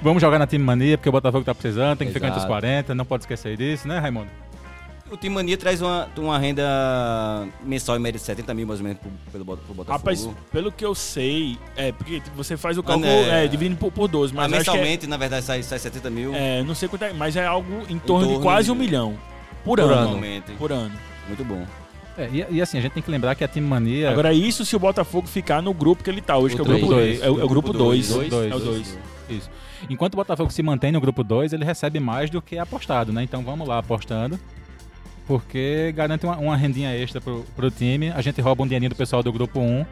Speaker 1: Vamos jogar na Time Mania, porque o Botafogo tá precisando, tem que ficar entre os
Speaker 3: Exato.
Speaker 1: 40, não pode esquecer disso, né, Raimundo?
Speaker 4: O Team Mania traz uma, uma renda mensal em média de 70 mil, mais ou menos, pro, pelo, Bota- pro Botafogo.
Speaker 2: Rapaz, pelo que eu sei, é, porque tipo, você faz o
Speaker 4: Ah,
Speaker 2: cálculo
Speaker 4: né?
Speaker 2: é, dividindo por, por 12, mas
Speaker 4: Mas
Speaker 2: eu acho que é-
Speaker 4: mensalmente, na verdade, sai, sai 70 mil.
Speaker 2: é, não sei quanto é, mas é algo em torno de
Speaker 4: torno
Speaker 2: quase
Speaker 4: de-
Speaker 2: um milhão. Por,
Speaker 4: Por
Speaker 2: ano.
Speaker 4: ano. Momento.
Speaker 2: Por ano.
Speaker 4: Muito bom.
Speaker 1: É, e, e assim, a gente tem que lembrar que a Time Mania...
Speaker 2: Agora, isso se o Botafogo ficar no grupo que ele tá hoje,
Speaker 3: O
Speaker 2: que é o
Speaker 3: três.
Speaker 2: grupo
Speaker 1: Dois.
Speaker 2: 2. É, o- é o grupo 2.
Speaker 1: dois.
Speaker 2: É o 2.
Speaker 1: Dois. Isso. Enquanto o Botafogo se mantém no grupo 2, ele recebe mais do que apostado, né? Então vamos lá apostando. Porque garante uma, uma rendinha extra pro, pro time. A gente rouba um dinheirinho do pessoal do grupo 1.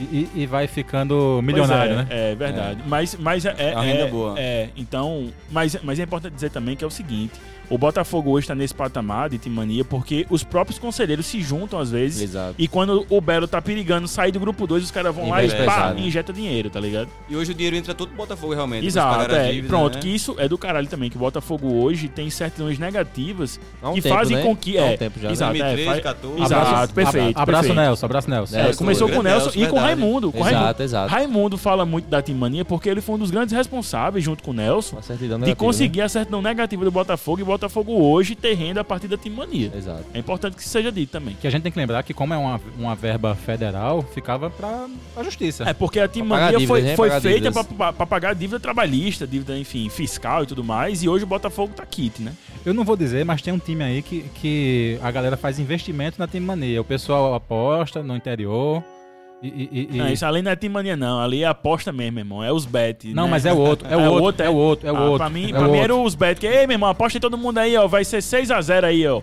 Speaker 1: E, e- e vai ficando milionário,
Speaker 2: Pois
Speaker 1: né?
Speaker 2: é, É verdade. Mas, mas é,
Speaker 4: A renda
Speaker 2: é-
Speaker 4: é boa.
Speaker 2: É, então. Mas, mas é importante dizer também que é o seguinte: o Botafogo hoje está nesse patamar de timania porque os próprios conselheiros se juntam às vezes.
Speaker 3: Exato. É
Speaker 2: E quando o Belo tá perigando sair do grupo 2, os caras vão lá e
Speaker 3: Investe
Speaker 2: pá,
Speaker 3: pesado.
Speaker 2: e injeta dinheiro, tá ligado?
Speaker 4: E hoje o dinheiro entra todo pro Botafogo, realmente. pra
Speaker 2: Exato,
Speaker 4: pagar a
Speaker 2: é.
Speaker 4: dívida,
Speaker 2: Pronto,
Speaker 4: né?
Speaker 2: que isso é do caralho também, que o Botafogo hoje tem certidões negativas
Speaker 3: Há um
Speaker 2: que
Speaker 3: tempo,
Speaker 2: fazem
Speaker 3: né?
Speaker 2: com que.
Speaker 3: Há um
Speaker 2: É,
Speaker 3: tempo já, né?
Speaker 2: exato, é,
Speaker 4: 2013,
Speaker 2: faz-
Speaker 4: 14.
Speaker 2: Exato,
Speaker 1: Abraço-
Speaker 2: perfeito.
Speaker 1: Abraço,
Speaker 2: perfeito.
Speaker 1: Nelson. Abraço, Nelson.
Speaker 3: É,
Speaker 2: É, começou com o
Speaker 4: grande
Speaker 2: Nelson
Speaker 4: Nelson,
Speaker 2: e com o
Speaker 4: verdade.
Speaker 2: Raimundo. Com o Raimundo.
Speaker 3: Exato, exato.
Speaker 2: Raimundo fala muito da Timania porque ele foi um dos grandes responsáveis, junto com o Nelson,
Speaker 3: Uma certidão
Speaker 2: de
Speaker 3: negativa, né?
Speaker 2: conseguir a certidão negativa do Botafogo e o Botafogo hoje ter renda a partir da Timania.
Speaker 3: né? Exato.
Speaker 2: É importante que isso seja dito também.
Speaker 1: Que a gente tem que lembrar que, como é uma, uma verba federal, ficava pra, pra justiça.
Speaker 2: É porque a
Speaker 3: pagar
Speaker 2: Timania
Speaker 3: dívidas,
Speaker 2: foi,
Speaker 3: né?
Speaker 2: foi
Speaker 3: Pagar
Speaker 2: feita
Speaker 3: dívidas.
Speaker 2: para pagar dívida trabalhista, dívida, enfim, fiscal e tudo mais, e hoje o Botafogo tá quite, né?
Speaker 1: Eu não vou dizer, mas tem um time aí que, que a galera faz investimento na time mania. O pessoal aposta no interior e. e- e-
Speaker 2: Não,
Speaker 1: e-
Speaker 2: isso ali não é Timania, não. Ali é aposta mesmo, irmão. É os bet.
Speaker 1: Não,
Speaker 2: né?
Speaker 1: mas é o outro, [laughs] é o outro, é o outro, é o
Speaker 2: Ah,
Speaker 1: outro.
Speaker 2: Pra mim,
Speaker 1: é
Speaker 2: pra
Speaker 1: o
Speaker 2: mim
Speaker 1: outro.
Speaker 2: era os bet. Que, ei, meu irmão, aposta em todo mundo aí, ó. Vai ser 6x0 aí, ó.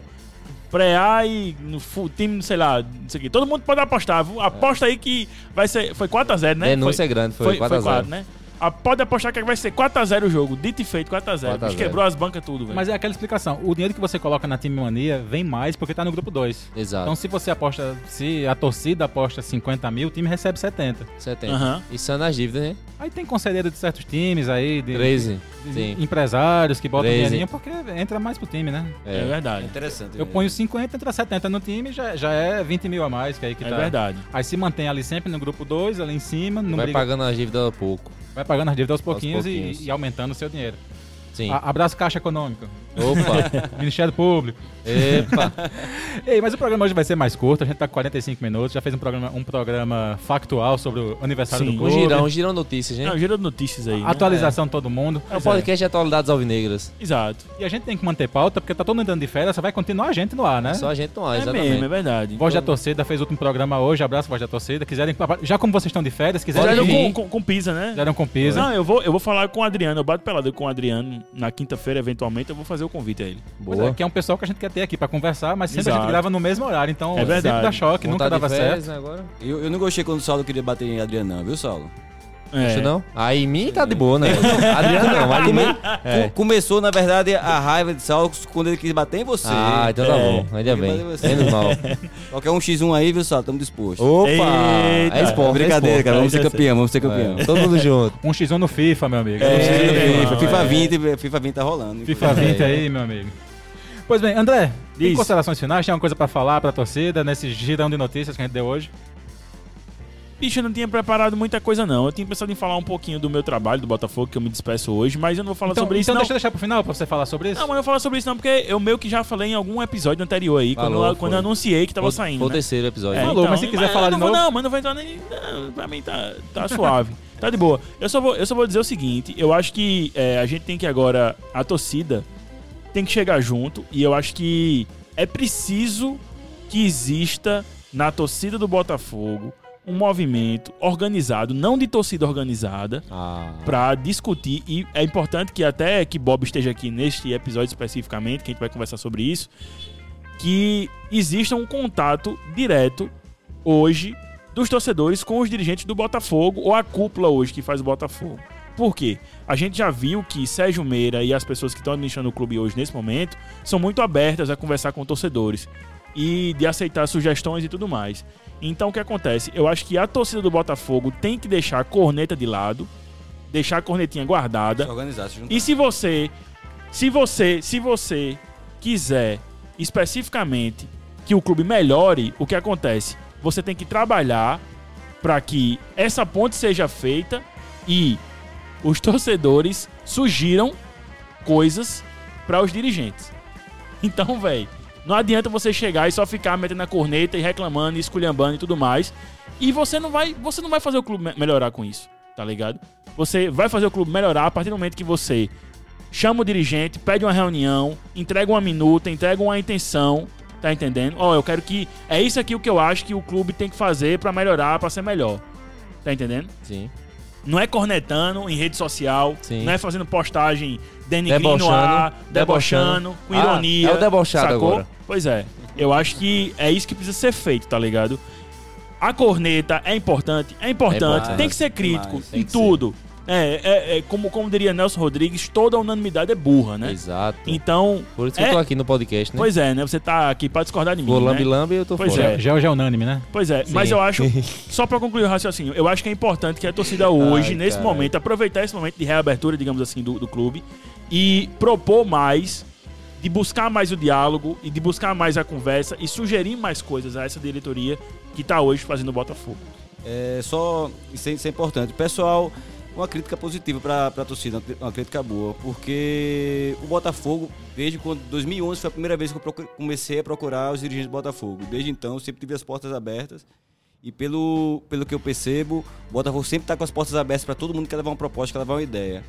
Speaker 2: Pré-A e no fu- time, sei lá, não sei o quê. Todo mundo pode apostar. viu? Aposta aí que vai ser. Foi 4x0, né?
Speaker 3: Denúncia
Speaker 2: foi,
Speaker 3: é grande,
Speaker 2: foi,
Speaker 3: foi,
Speaker 2: foi
Speaker 3: 4 a 0.
Speaker 2: 4, né? Ah, pode apostar que vai ser 4x0 o jogo. Dito e feito, 4x0.
Speaker 3: 4 a 0.
Speaker 2: Quebrou as bancas tudo, velho.
Speaker 1: Mas é aquela explicação. O dinheiro que você coloca na time mania vem mais porque tá no grupo 2.
Speaker 2: né?
Speaker 3: Exato.
Speaker 1: Então, se você aposta, se a torcida aposta 50 mil, o time recebe 70.
Speaker 3: 70.
Speaker 2: Então, Aham.
Speaker 3: E são as dívidas, né?
Speaker 1: Aí tem conselheiro de certos times aí, de,
Speaker 3: 13.
Speaker 1: de- de
Speaker 3: Sim.
Speaker 1: empresários que botam
Speaker 3: 13.
Speaker 1: dinheirinho porque entra mais pro time, né?
Speaker 2: É,
Speaker 3: É.
Speaker 4: É
Speaker 2: verdade.
Speaker 4: Interessante.
Speaker 1: Eu
Speaker 4: né?
Speaker 1: ponho 50, entra 70 no time, já, já é 20 mil a mais que aí que
Speaker 2: É
Speaker 1: tá.
Speaker 2: verdade.
Speaker 1: Aí se mantém ali sempre no grupo 2, ali em cima, não
Speaker 3: Vai
Speaker 1: briga-
Speaker 3: pagando as dívidas a pouco.
Speaker 1: vai pagando as dívidas aos pouquinhos, e-
Speaker 3: pouquinhos.
Speaker 1: E, aumentando o seu dinheiro.
Speaker 3: Sim.
Speaker 2: Ah.
Speaker 1: A- abraço Caixa [laughs] Econômica,
Speaker 2: [laughs]
Speaker 3: Opa.
Speaker 1: Ministério Público.
Speaker 3: Epa.
Speaker 1: Ei, mas o programa hoje vai ser mais curto, a gente tá com 45 minutos, já fez um programa, um programa factual sobre o aniversário
Speaker 2: Sim.
Speaker 1: do
Speaker 3: Um
Speaker 1: clube.
Speaker 3: girão, um girão notícias, né?
Speaker 2: Não, gira de notícias aí. né?
Speaker 1: Atualização de todo mundo.
Speaker 3: É o podcast de atualidades alvinegras.
Speaker 2: É, Exato.
Speaker 1: E a gente tem que manter pauta, porque tá todo mundo andando de férias, só vai continuar a gente no ar, né?
Speaker 3: Só a gente não há,
Speaker 2: É
Speaker 3: exatamente.
Speaker 2: mesmo, é verdade.
Speaker 1: Voz da Torcida fez último programa hoje, abraço Voz da Torcida. Quiserem, já como vocês estão de férias,
Speaker 2: Vocês
Speaker 1: quiserem
Speaker 2: eram
Speaker 3: Pode
Speaker 1: vir,
Speaker 2: com,
Speaker 3: vir.
Speaker 2: com, com pizza, né?
Speaker 1: fizeram com peso.
Speaker 3: Ah,
Speaker 2: Não, eu vou, eu vou falar com o Adriano. Eu bato pelado com o Adriano na quinta-feira, eventualmente. Eu vou fazer o convite a ele.
Speaker 1: Pois
Speaker 3: Boa.
Speaker 1: é, que é um pessoal que a gente quer ter aqui pra conversar, mas sempre a
Speaker 2: Exato.
Speaker 1: gente grava no mesmo horário, então
Speaker 2: É verdade.
Speaker 1: sempre dá choque, nunca
Speaker 3: Vontade de
Speaker 1: dava
Speaker 3: férias,
Speaker 1: certo.
Speaker 3: né, agora?
Speaker 4: Eu, eu não gostei quando o Saulo queria bater em Adriano, não, viu, Saulo?
Speaker 2: É.
Speaker 3: Isso não? Aí em mim tá de
Speaker 2: [laughs]
Speaker 3: boa, né? Adriano não, mas em mim... É.
Speaker 4: Co- Começou, na verdade, a raiva de Saulo quando ele quis bater em você.
Speaker 3: Ah, então tá
Speaker 2: É.
Speaker 3: bom. Ainda
Speaker 4: Porque
Speaker 3: bem.
Speaker 4: mas você-
Speaker 3: Menos mal.
Speaker 4: Qualquer um x1 aí, viu, Saulo? Tamo disposto.
Speaker 3: Opa!
Speaker 2: Eita.
Speaker 3: É esporte,
Speaker 4: Brincadeira,
Speaker 3: é
Speaker 4: cara. Vamos
Speaker 2: Aí
Speaker 4: ser
Speaker 2: já
Speaker 4: campeão, vamos ser campeão.
Speaker 3: esporte. É, todo
Speaker 2: [laughs]
Speaker 3: mundo junto.
Speaker 1: Um X1 no FIFA, meu amigo. Um
Speaker 2: É.
Speaker 4: É,
Speaker 2: não,
Speaker 4: FIFA, FIFA
Speaker 2: é.
Speaker 4: 20, FIFA 20 tá rolando.
Speaker 1: FIFA 20 aí, meu amigo. Pois bem, André, tem
Speaker 2: Diz.
Speaker 1: considerações finais? Tem alguma coisa pra falar pra torcida nesse girão de notícias que a gente deu hoje?
Speaker 2: Bicho, eu não tinha preparado muita coisa, não. Eu tinha pensado em falar um pouquinho do meu trabalho, do Botafogo, que eu me despeço hoje, mas eu não vou falar
Speaker 1: então,
Speaker 2: sobre isso,
Speaker 1: então
Speaker 2: não.
Speaker 1: deixa eu deixar pro final pra você falar sobre isso.
Speaker 2: Não, mas eu não vou falar sobre isso, não, porque eu meio que já falei em algum episódio anterior aí, quando,
Speaker 3: Falou,
Speaker 2: eu, quando eu
Speaker 3: foi.
Speaker 2: anunciei que tava
Speaker 3: Foi-
Speaker 2: saindo.
Speaker 3: Foi o
Speaker 2: né?
Speaker 3: terceiro episódio.
Speaker 2: É,
Speaker 1: Falou, mas se quiser falar
Speaker 2: eu
Speaker 1: de
Speaker 2: não vou-
Speaker 1: novo-
Speaker 2: Não, mas não vai entrar nem. não, Pra mim tá, tá suave. [laughs] Tá de boa. Eu só, vou, eu só vou dizer o seguinte: eu acho que é, a gente tem que agora. A torcida tem que chegar junto. E eu acho que é preciso que exista na torcida do Botafogo um movimento organizado, não de torcida organizada,
Speaker 3: Ah,
Speaker 2: para discutir e é importante que até que Bob esteja aqui neste episódio especificamente, que a gente vai conversar sobre isso, que exista um contato direto hoje dos torcedores com os dirigentes do Botafogo ou a cúpula hoje que faz o Botafogo. Por quê? A gente já viu que Sérgio Meira e as pessoas que estão administrando o clube hoje nesse momento são muito abertas a conversar com torcedores e de aceitar sugestões e tudo mais. Então o que acontece? Eu acho que a torcida do Botafogo tem que deixar a corneta de lado, deixar a cornetinha guardada,
Speaker 4: Se organizar, se juntar.
Speaker 2: e se você, se você, se você quiser especificamente que o clube melhore, o que acontece? Você tem que trabalhar para que essa ponte seja feita e os torcedores sugiram coisas para os dirigentes. Então, velho, não adianta você chegar e só ficar metendo a corneta e reclamando e esculhambando e tudo mais. E você não vai, você não vai fazer o clube me- melhorar com isso, tá ligado? Você vai fazer o clube melhorar a partir do momento que você chama o dirigente, pede uma reunião, entrega uma minuta, entrega uma intenção, tá entendendo? Ó, eu quero que é isso aqui o que eu acho que o clube tem que fazer pra melhorar, pra ser melhor. Tá entendendo?
Speaker 3: sim.
Speaker 2: Não é cornetando em rede social,
Speaker 3: Sim.
Speaker 2: não é fazendo postagem denigrindo no
Speaker 3: Debochando,
Speaker 2: ar, debochando,
Speaker 3: debochando.
Speaker 2: com
Speaker 3: Ah,
Speaker 2: ironia.
Speaker 3: é o debochado
Speaker 2: sacou?
Speaker 3: agora.
Speaker 2: Pois é. Eu acho que é isso que precisa ser feito, tá ligado? A corneta é importante, é importante,
Speaker 3: demais,
Speaker 2: tem que ser crítico
Speaker 4: demais,
Speaker 3: tem
Speaker 2: em
Speaker 3: que
Speaker 2: tudo. É, é, é, como, como diria Nelson Rodrigues, toda unanimidade é burra, né?
Speaker 3: Exato.
Speaker 2: Então,
Speaker 3: Por isso que
Speaker 2: É.
Speaker 3: eu tô aqui no podcast, né?
Speaker 2: pois é, né? Você tá aqui pra discordar de mim.
Speaker 3: Vou
Speaker 2: né?
Speaker 3: lambe-lambe e eu tô
Speaker 2: Pois
Speaker 3: fora.
Speaker 2: é.
Speaker 1: Já hoje é unânime, né?
Speaker 2: Pois é, mas
Speaker 3: Sim.
Speaker 2: eu
Speaker 3: [laughs]
Speaker 2: acho, só pra concluir o raciocínio, eu acho que é importante que a torcida hoje,
Speaker 3: Ai,
Speaker 2: nesse
Speaker 3: caralho.
Speaker 2: momento, aproveitar esse momento de reabertura, digamos assim, do, do clube e propor mais, de buscar mais o diálogo e de buscar mais a conversa e sugerir mais coisas a essa diretoria que tá hoje fazendo o Botafogo.
Speaker 4: É só. Isso é, isso é importante. Pessoal, uma crítica positiva para a torcida, uma crítica boa, porque o Botafogo, desde quando 2011 foi a primeira vez que eu procu- comecei a procurar os dirigentes do Botafogo. Desde então, eu sempre tive as portas abertas. E pelo, pelo que eu percebo, o Botafogo sempre está com as portas abertas para todo mundo que quer levar uma proposta, que quer levar uma ideia.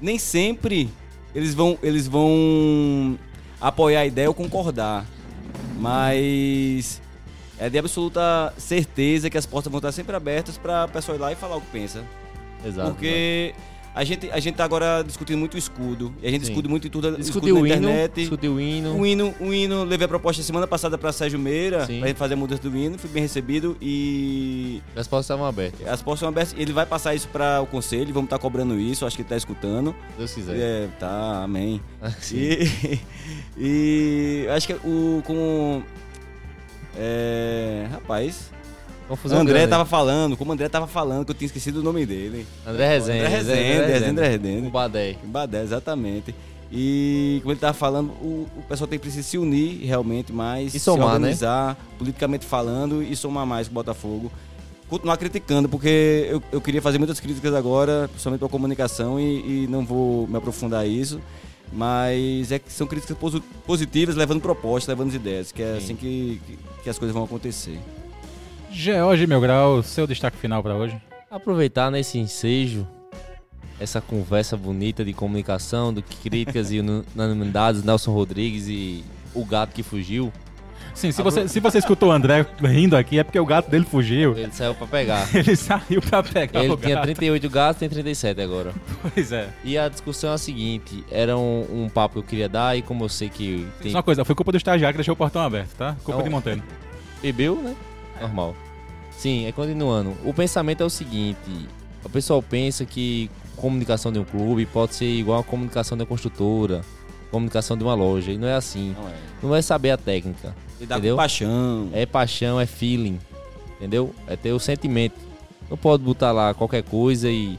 Speaker 4: Nem sempre eles vão, eles vão apoiar a ideia ou concordar. Mas é de absoluta certeza que as portas vão estar sempre abertas para a pessoa ir lá e falar o que pensa.
Speaker 2: é.
Speaker 3: Exato.
Speaker 4: Porque a gente, a gente tá agora discutindo muito o escudo. E a gente
Speaker 3: Sim.
Speaker 4: discute muito em tudo, discute
Speaker 3: Discutiu
Speaker 4: na
Speaker 3: o hino,
Speaker 4: internet.
Speaker 3: discutiu o hino.
Speaker 4: O hino, o hino, levei a proposta semana passada para Sérgio Meira,
Speaker 3: Sim.
Speaker 4: pra gente fazer a mudança do hino, fui bem recebido e
Speaker 3: As portas estavam abertas,
Speaker 4: as portas são abertas. Ele vai passar isso para o conselho, vamos estar cobrando isso, acho que ele tá escutando.
Speaker 3: se Deus quiser. Ah,
Speaker 4: É, tá,
Speaker 3: [laughs]
Speaker 4: amém.
Speaker 3: Sim.
Speaker 4: E, [laughs] e acho que o com é, rapaz,
Speaker 3: Confusão
Speaker 4: André
Speaker 3: grande.
Speaker 4: tava falando, como o André tava falando, que eu tinha esquecido o nome dele.
Speaker 3: André Rezende.
Speaker 4: André Rezende, André Rezende.
Speaker 3: O Badé.
Speaker 4: Badé, exatamente. E como ele tava falando, o, o pessoal tem precisa se unir realmente mais,
Speaker 3: E somar, né?
Speaker 4: se organizar, politicamente falando, e somar mais com o Botafogo. Continuar criticando, porque eu, eu queria fazer muitas críticas agora, principalmente para comunicação, e, e não vou me aprofundar isso. Mas é que são críticas posi- positivas, levando propostas, levando ideias, que é
Speaker 3: Sim.
Speaker 4: assim que, que, que as coisas vão acontecer.
Speaker 1: George Meu Grau, seu destaque final pra hoje.
Speaker 3: Aproveitar nesse ensejo, essa conversa bonita de comunicação, de críticas e unanimidades, Nelson Rodrigues e o gato que fugiu.
Speaker 1: Sim, se você, se você escutou o André rindo aqui, é porque o gato dele fugiu.
Speaker 3: Ele saiu
Speaker 1: [laughs]
Speaker 3: pra pegar.
Speaker 1: Ele saiu pra pegar
Speaker 3: Ele
Speaker 1: É o
Speaker 3: tinha
Speaker 1: gato.
Speaker 3: 38 gatos, tem 37 agora.
Speaker 1: Pois é.
Speaker 3: E a discussão é a seguinte: era um, um papo que eu queria dar, e como eu sei que tem.
Speaker 1: Só uma coisa, foi culpa do estagiário que deixou o portão aberto, tá? Culpa
Speaker 3: Então-
Speaker 1: de Montano.
Speaker 3: Bebeu, né? Normal. Sim, é continuando. O pensamento é o seguinte: o pessoal pensa que comunicação de um clube pode ser igual a comunicação de uma construtora, comunicação de uma loja, e não é assim.
Speaker 4: Não é.
Speaker 3: Não é saber a técnica,
Speaker 4: E dá
Speaker 3: Entendeu?
Speaker 4: com paixão.
Speaker 3: é paixão, é feeling, entendeu? É ter o sentimento. Não pode botar lá qualquer coisa e.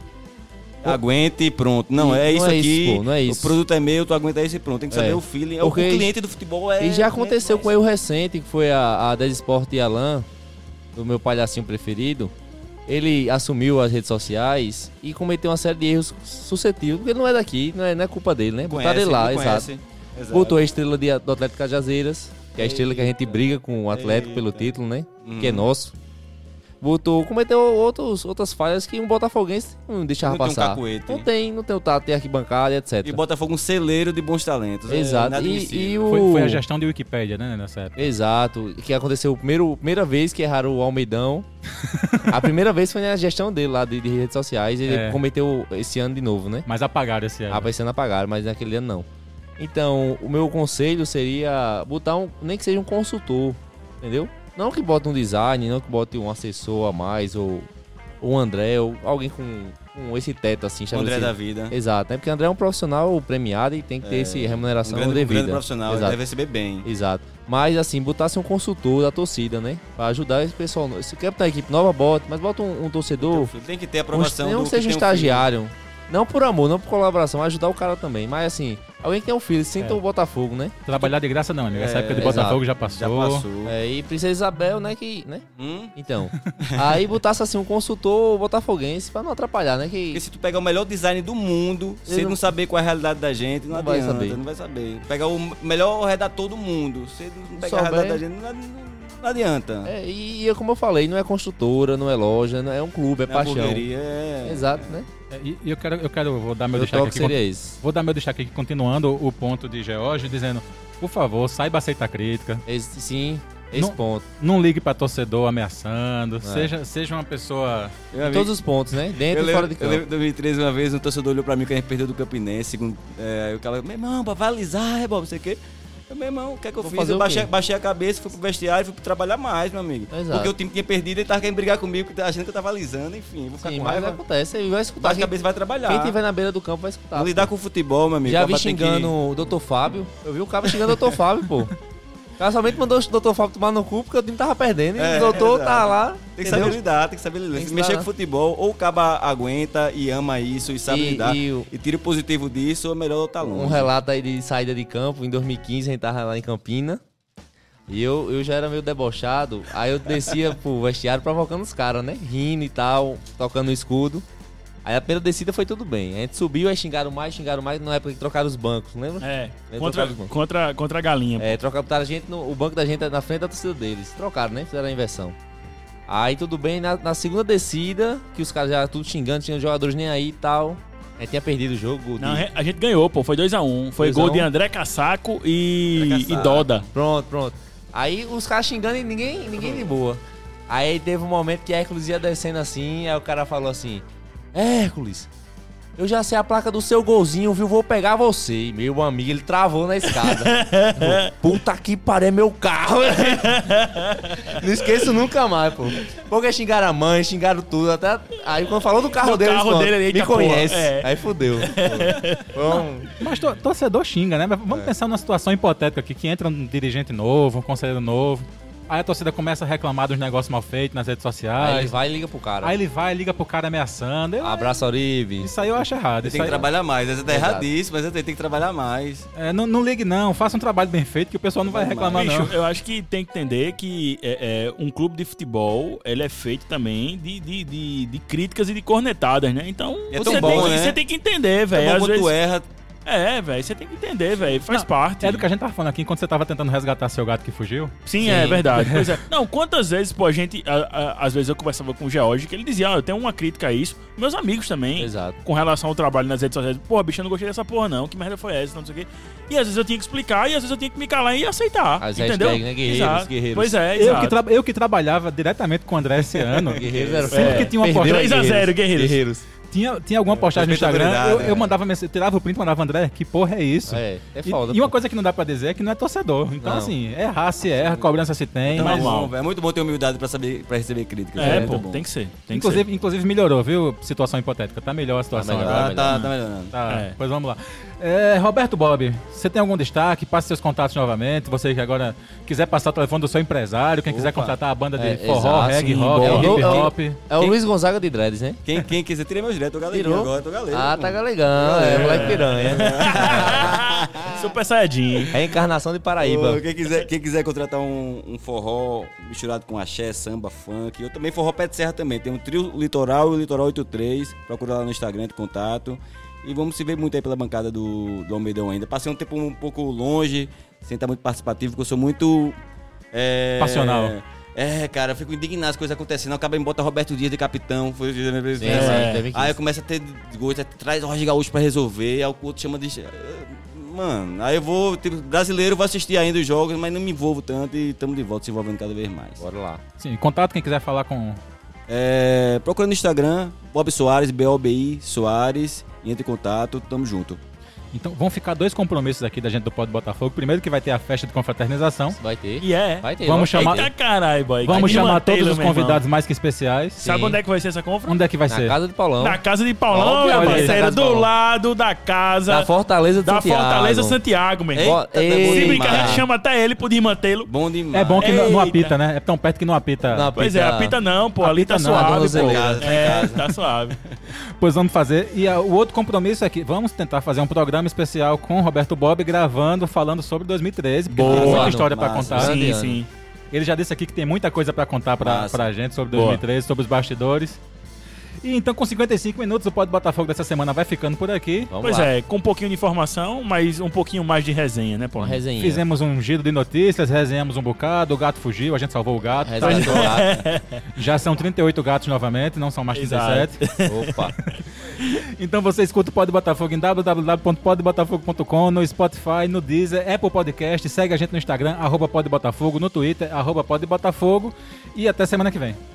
Speaker 4: Aguenta e pronto. Não, é
Speaker 3: Não
Speaker 4: isso
Speaker 3: é isso,
Speaker 4: aqui.
Speaker 3: pô, não é isso.
Speaker 4: O produto é meu, tu aguenta isso e pronto. Tem que saber
Speaker 3: É.
Speaker 4: o feeling. É
Speaker 3: Porque-
Speaker 4: O cliente do futebol é.
Speaker 3: E já aconteceu com
Speaker 4: ele.
Speaker 3: eu recente, que foi a, a 10 Sport e Alan, do meu palhacinho preferido. Ele assumiu as redes sociais e cometeu uma série de erros suscetíveis, porque ele não é daqui, não é, não é culpa dele, né? Botaram ele lá, exato. Botou a estrela de, do Atlético Cajazeiras, que é a estrela que a gente briga com o Atlético pelo
Speaker 4: Eita.
Speaker 3: título, né?
Speaker 4: Uhum.
Speaker 3: Que é nosso. Botou, cometeu outros, outras falhas que um botafoguense não deixava
Speaker 4: Não tem um
Speaker 3: passar.
Speaker 4: cacuete.
Speaker 3: não tem, não tem o tato, tem arquibancada, etc.
Speaker 4: E Botafogo um celeiro de bons talentos. É
Speaker 3: tá. Exato.
Speaker 4: inadmissível.
Speaker 3: e, e o...
Speaker 1: Foi, foi a gestão de Wikipédia, né, nessa época.
Speaker 3: Exato, que aconteceu a primeiro, primeira vez que erraram o
Speaker 1: [laughs]
Speaker 3: Almeidão. a primeira vez foi na gestão dele lá de, de redes sociais. Ele
Speaker 1: É.
Speaker 3: cometeu esse ano de novo, né?
Speaker 1: Mas apagaram
Speaker 4: É.
Speaker 1: esse ano.
Speaker 3: Ah, esse ano apagaram, mas naquele ano não. Então, o meu conselho seria botar um, nem que seja um consultor, entendeu? Não que bote um design, não que bote um assessor a mais, ou, ou um André, ou alguém com, com esse teto assim,
Speaker 4: O Um André
Speaker 3: estabelecido.
Speaker 4: da vida.
Speaker 3: Exato, né? Porque o André é um profissional premiado e tem que ter essa
Speaker 4: Um
Speaker 3: remuneração
Speaker 4: grande, um grande
Speaker 3: devida.
Speaker 4: profissional, ele
Speaker 3: Exato.
Speaker 4: deve receber bem.
Speaker 3: Exato. Mas assim, botasse um consultor da torcida, né? Pra ajudar esse pessoal. Se quer botar a equipe nova, bota, mas bota um, um torcedor.
Speaker 4: Tem que ter a
Speaker 3: Um,
Speaker 4: aprovação
Speaker 3: não
Speaker 4: do
Speaker 3: que seja um
Speaker 4: que tem filho.
Speaker 3: estagiário. Não por amor, não por colaboração, ajudar o cara também. Mas assim, alguém que tem um filho,
Speaker 1: É.
Speaker 3: sinta o Botafogo, né?
Speaker 1: Trabalhar de graça não, amigo. Essa
Speaker 4: É,
Speaker 1: época do
Speaker 3: exato.
Speaker 1: Botafogo já passou.
Speaker 4: Já passou.
Speaker 3: É, e Princesa Isabel, né? Que, né?
Speaker 4: Hum?
Speaker 3: Então. [laughs] aí botasse assim um consultor botafoguense pra não atrapalhar, né?
Speaker 4: Porque
Speaker 3: Que.
Speaker 4: se tu pegar o melhor design do mundo, se ele não,
Speaker 3: não-
Speaker 4: saber qual é a realidade da gente, não,
Speaker 3: Não vai
Speaker 4: adianta,
Speaker 3: saber.
Speaker 4: não vai saber. Pegar o melhor redator do mundo, se ele não pegar a
Speaker 3: Souber.
Speaker 4: realidade da gente, não, adi- não adianta.
Speaker 3: É, e, e como eu falei, não é construtora, não é loja, não é um clube, é
Speaker 4: Na
Speaker 3: paixão.
Speaker 4: hamburgueria é...
Speaker 3: Exato, né?
Speaker 1: É, E e eu quero, eu quero, vou dar meu
Speaker 3: Meu
Speaker 1: destaque
Speaker 3: toque
Speaker 1: aqui.
Speaker 3: seria esse.
Speaker 1: Vou dar meu destaque aqui, continuando o ponto de George, dizendo, por favor, saiba aceitar crítica.
Speaker 3: esse. Sim, esse
Speaker 1: Não-
Speaker 3: ponto.
Speaker 1: Não ligue pra torcedor ameaçando. Seja, seja uma pessoa...
Speaker 4: Meu
Speaker 3: Em
Speaker 4: amigo,
Speaker 3: todos os pontos, né?
Speaker 4: eu
Speaker 3: Dentro e
Speaker 4: lembro,
Speaker 3: fora de
Speaker 4: eu
Speaker 3: campo.
Speaker 4: lembro em 2013, uma vez, um torcedor olhou pra mim que a gente perdeu do Campinense, segundo, é, aí o cara, meu irmão, pra valorizar, é bom, não sei o quê. Eu, meu irmão, o que é que eu
Speaker 3: Vou
Speaker 4: fiz?
Speaker 3: fazer
Speaker 4: Eu
Speaker 3: o
Speaker 4: baixei,
Speaker 3: quê?
Speaker 4: baixei a cabeça, fui pro vestiário, fui trabalhar mais, meu amigo.
Speaker 3: Exato.
Speaker 4: Porque o time tinha perdido e tava querendo brigar comigo, porque tava achando que eu tava alisando, enfim. Vou ficar
Speaker 3: Sim,
Speaker 4: com
Speaker 3: mas
Speaker 4: raiva.
Speaker 3: acontece, ele vai escutar.
Speaker 4: Baixa a
Speaker 3: Quem,
Speaker 4: cabeça e vai trabalhar.
Speaker 3: quem tiver na beira do campo vai escutar.
Speaker 4: Não
Speaker 3: pô.
Speaker 4: lidar com o futebol, meu amigo.
Speaker 3: Já
Speaker 4: O
Speaker 3: vi
Speaker 4: cara tem que-
Speaker 3: xingando um o Dr. Fábio. Eu vi o cara xingando o Dr. Fábio, pô. O cara somente mandou o Dr. Fábio tomar no cu porque o time tava perdendo. E
Speaker 4: É,
Speaker 3: o doutor
Speaker 4: exato.
Speaker 3: tá lá.
Speaker 4: Tem que
Speaker 3: entendeu?
Speaker 4: saber lidar, tem que saber lidar.
Speaker 3: Tem que
Speaker 4: Se mexer
Speaker 3: lidar.
Speaker 4: com futebol, ou o caba aguenta e ama isso e sabe
Speaker 3: E-
Speaker 4: lidar.
Speaker 3: e o-
Speaker 4: E, tira o positivo disso, ou é melhor tá longe.
Speaker 3: Um relato aí de saída de campo. Em 2015, a gente tava lá em Campina. E eu, eu já era meio debochado. Aí eu descia [laughs] pro vestiário provocando os caras, né? Rindo e tal, tocando o escudo. Aí a primeira descida foi tudo bem. A gente subiu, aí xingaram mais, xingaram mais. Na época que trocaram os bancos, lembra?
Speaker 2: É,
Speaker 3: Eu
Speaker 2: contra,
Speaker 3: trocava os bancos.
Speaker 2: contra, contra a galinha.
Speaker 3: É, trocaram, botaram a gente no, o banco da gente é na frente da torcida deles. Trocaram, né? Fizeram a inversão. Aí tudo bem, na, na segunda descida, que os caras já tudo xingando, tinha jogadores nem aí e tal. A gente tinha perdido o jogo.
Speaker 2: Não,
Speaker 3: de-
Speaker 2: a gente ganhou, pô. Foi 2x1. Foi
Speaker 3: 2 a
Speaker 2: gol
Speaker 3: 1.
Speaker 2: de André Cassaco e,
Speaker 4: André Cassaco.
Speaker 2: e Doda.
Speaker 3: Pronto, pronto. Aí os caras xingando e ninguém, ninguém de boa. Aí teve um momento que Hércules ia descendo assim, aí o cara falou assim: Hércules, eu já sei a placa do seu golzinho, viu? Vou pegar você. E meu amigo, ele travou na escada.
Speaker 2: [laughs]
Speaker 3: Puta que pariu, é meu carro. [laughs] Não esqueço nunca mais, pô. Porque xingaram a mãe, xingaram tudo. Até... Aí quando falou do carro
Speaker 2: Do
Speaker 3: dele, eles
Speaker 2: carro
Speaker 3: falaram,
Speaker 2: dele, eita
Speaker 3: me conhece.
Speaker 2: porra, é.
Speaker 3: Aí fudeu.
Speaker 2: [laughs]
Speaker 3: Vamos.
Speaker 1: Mas to- torcedor xinga, né? Mas vamos pensar numa situação hipotética aqui, que entra um dirigente novo, um conselheiro novo. Aí a torcida começa a reclamar dos negócios mal feitos nas redes
Speaker 3: Aí ele
Speaker 1: sociais.
Speaker 3: vai e liga pro cara.
Speaker 1: Aí ele vai, liga pro cara ameaçando. Eu-
Speaker 3: Abraça Oribe.
Speaker 1: Isso aí eu acho errado.
Speaker 4: Ele
Speaker 1: Isso
Speaker 4: tem que
Speaker 1: aí,
Speaker 4: trabalhar mais. Essa tá
Speaker 3: Exato.
Speaker 4: erradíssima, mas ele tem que trabalhar mais.
Speaker 1: é, não, não ligue não, faça um trabalho bem feito que o pessoal não vai reclamar
Speaker 2: Bicho,
Speaker 1: não.
Speaker 2: eu acho que tem que entender que é, é, um clube de futebol ele é feito também de, de, de, de críticas e de cornetadas, né? Então
Speaker 4: E é
Speaker 2: você,
Speaker 4: tão
Speaker 2: tem,
Speaker 4: bom,
Speaker 2: que-
Speaker 4: né?
Speaker 2: você tem que entender, velho.
Speaker 4: é bom
Speaker 2: Às
Speaker 4: quando
Speaker 2: vezes-
Speaker 4: tu erra,
Speaker 2: É, velho, você tem que entender, velho. Faz
Speaker 1: Não,
Speaker 2: parte.
Speaker 1: É do que a gente tava falando aqui, enquanto você tava tentando resgatar seu gato que fugiu.
Speaker 2: Sim, é
Speaker 3: Sim.
Speaker 2: verdade.
Speaker 1: [laughs]
Speaker 2: Pois é. Não, quantas vezes, pô, a gente. a- a- às vezes eu conversava com o George que ele dizia, ó, eu tenho uma crítica a isso. Meus amigos também.
Speaker 3: Exato.
Speaker 2: Com relação ao trabalho nas redes sociais. Porra, bicho, eu não gostei dessa porra, não. Que merda foi essa? Não sei o quê. E às vezes eu tinha que explicar, e às vezes eu tinha que me calar e aceitar.
Speaker 3: As
Speaker 2: entendeu?
Speaker 3: hashtags, né? Guerreiros,
Speaker 2: Exato.
Speaker 3: guerreiros.
Speaker 2: Pois é,
Speaker 1: Eu
Speaker 2: exato.
Speaker 1: que, tra- eu que trabalhava diretamente com o André esse ano,
Speaker 3: Guerreiros era
Speaker 1: Sempre
Speaker 3: foda.
Speaker 1: que tinha uma
Speaker 3: É, Perdeu
Speaker 1: postagem-
Speaker 3: aí,
Speaker 2: 3 a 0, guerreiros.
Speaker 1: tinha, tinha alguma postagem no Instagram, eu,
Speaker 4: Respeitabilidade,
Speaker 1: eu
Speaker 4: é.
Speaker 1: mandava mensagem, tirava o print, mandava André, que porra é isso?
Speaker 3: É, é
Speaker 1: E-
Speaker 3: foda.
Speaker 1: E, uma
Speaker 3: pô.
Speaker 1: coisa que não dá pra dizer é que não é torcedor. Então,
Speaker 3: Não.
Speaker 1: assim, errar se erra, cobrança se tem.
Speaker 4: é
Speaker 1: mas-
Speaker 4: mais
Speaker 2: normal.
Speaker 4: bom, velho. É muito bom ter humildade pra, saber, pra receber críticas.
Speaker 2: É,
Speaker 4: velho.
Speaker 2: pô,
Speaker 4: Muito bom.
Speaker 2: tem que ser. Tem
Speaker 1: inclusive, inclusive melhorou, viu? Situação hipotética. Tá melhor a situação
Speaker 3: melhor,
Speaker 1: agora.
Speaker 4: Ah, tá, tá melhorando.
Speaker 1: Tá,
Speaker 2: É.
Speaker 1: pois vamos lá. É, Roberto Bob, você tem algum destaque? Passe seus contatos novamente. Você que agora quiser passar o telefone do seu empresário, quem quiser contratar a banda de
Speaker 3: É,
Speaker 1: forró,
Speaker 3: exato,
Speaker 1: reggae,
Speaker 3: sim,
Speaker 1: rock,
Speaker 3: boa. É o-
Speaker 1: hip
Speaker 3: é o-
Speaker 1: hop.
Speaker 3: É o Luiz Gonzaga de Dreads, né?
Speaker 4: Quem, quem quiser, tirei meus direto, tô galerinha
Speaker 3: Tirou?
Speaker 4: Tá agora, tô galera.
Speaker 3: Ah, tá galegão, é moleque piranha.
Speaker 2: ser. Super Saiyajin.
Speaker 3: Reencarnação de
Speaker 4: Ô,
Speaker 3: Paraíba.
Speaker 4: quem, quiser, quem quiser contratar um, um forró misturado com axé, samba, funk. Eu também forró pé de serra também. Tem um trio Litoral e o Litoral 83. Procura lá no Instagram de contato. E vamos se ver muito aí pela bancada do, do Almeidão ainda. Passei um tempo um pouco longe, sem estar muito participativo, porque eu sou muito. é,
Speaker 1: Passional.
Speaker 4: É, cara, eu fico indignado com as coisas acontecendo. Acaba em bota Roberto Dias de capitão. Foi
Speaker 3: Sim,
Speaker 2: É.
Speaker 3: sim, teve que-
Speaker 4: Aí começa a ter gosto, aí traz o Roger Gaúcho pra resolver, aí o outro chama de. Mano, aí eu vou. Tipo, brasileiro, vou assistir ainda os jogos, mas não me envolvo tanto e estamos de volta se envolvendo cada vez mais.
Speaker 3: Bora lá.
Speaker 1: Sim, contato quem quiser falar com.
Speaker 4: É, procura no Instagram, Bob Soares, B-O-B-I Soares, e entra em contato, tamo junto.
Speaker 1: Então, vão ficar dois compromissos aqui da gente do Pod Botafogo. Primeiro que vai ter a festa de confraternização.
Speaker 3: Vai ter.
Speaker 2: E é.
Speaker 3: Vai ter.
Speaker 1: Vamos
Speaker 3: ó.
Speaker 1: chamar-
Speaker 2: Eita caralho, boy.
Speaker 1: Vamos
Speaker 2: Cadê
Speaker 1: chamar
Speaker 2: o Taylor,
Speaker 1: todos os
Speaker 2: meu irmão?
Speaker 1: convidados mais que especiais.
Speaker 2: Sabe
Speaker 3: Sim.
Speaker 2: onde é que vai ser essa compra?
Speaker 1: Onde é que vai
Speaker 3: Na
Speaker 1: ser?
Speaker 3: casa de Paulão.
Speaker 2: Na casa de Paulão,
Speaker 3: Óbvio,
Speaker 2: minha
Speaker 3: olha aí, na
Speaker 2: parceira.
Speaker 3: casa de
Speaker 2: Do
Speaker 3: Paulão.
Speaker 2: lado da casa.
Speaker 3: Da Fortaleza do
Speaker 2: da
Speaker 3: Santiago. tá
Speaker 2: Fortaleza Santiago, meu irmão.
Speaker 3: Ó,
Speaker 4: Eita,
Speaker 3: ei,
Speaker 2: Se
Speaker 4: Ei,
Speaker 2: brincar, a
Speaker 4: mano.
Speaker 2: gente chama até ele, podia mantê-lo.
Speaker 4: Bom demais.
Speaker 1: É bom que não, não apita,
Speaker 2: Eita.
Speaker 1: né? É tão perto que não apita.
Speaker 3: Não,
Speaker 2: Pois é,
Speaker 3: apita-
Speaker 2: apita não, pô. Ali tá
Speaker 1: Apita não,
Speaker 2: suave,
Speaker 3: a dona
Speaker 2: pô.
Speaker 3: Zelena.
Speaker 2: É, tá suave.
Speaker 1: Pois vamos fazer. E ah, o outro compromisso é que vamos tentar fazer um programa especial com o Roberto Bob gravando, falando sobre 2013. Porque
Speaker 2: Boa.
Speaker 1: tem muita história pra
Speaker 4: Massa.
Speaker 1: contar.
Speaker 3: Grande
Speaker 2: Sim,
Speaker 3: ano.
Speaker 2: sim.
Speaker 1: Ele já disse aqui que tem muita coisa pra contar pra,
Speaker 4: Massa.
Speaker 1: pra gente sobre
Speaker 2: Boa.
Speaker 1: 2013, sobre os bastidores. E então, com 55 minutos, o Pod Botafogo dessa semana vai ficando por aqui.
Speaker 3: Vamos
Speaker 2: Pois
Speaker 3: lá.
Speaker 2: é, com um pouquinho de informação, mas um pouquinho mais de resenha, né, pô?
Speaker 3: Uma resenha.
Speaker 1: Fizemos um giro de notícias, resenhamos um bocado, o gato fugiu, a gente salvou o gato.
Speaker 3: Resgatou
Speaker 1: Já são 38 gatos novamente, não são mais
Speaker 2: Exato.
Speaker 1: 37.
Speaker 3: lá. Opa.
Speaker 1: Então você escuta o Pod Botafogo em www.podbotafogo.com, no Spotify, no Deezer, Apple Podcast, segue a gente no Instagram, arroba Pod Botafogo, no Twitter, arroba Pod Botafogo e até semana que vem.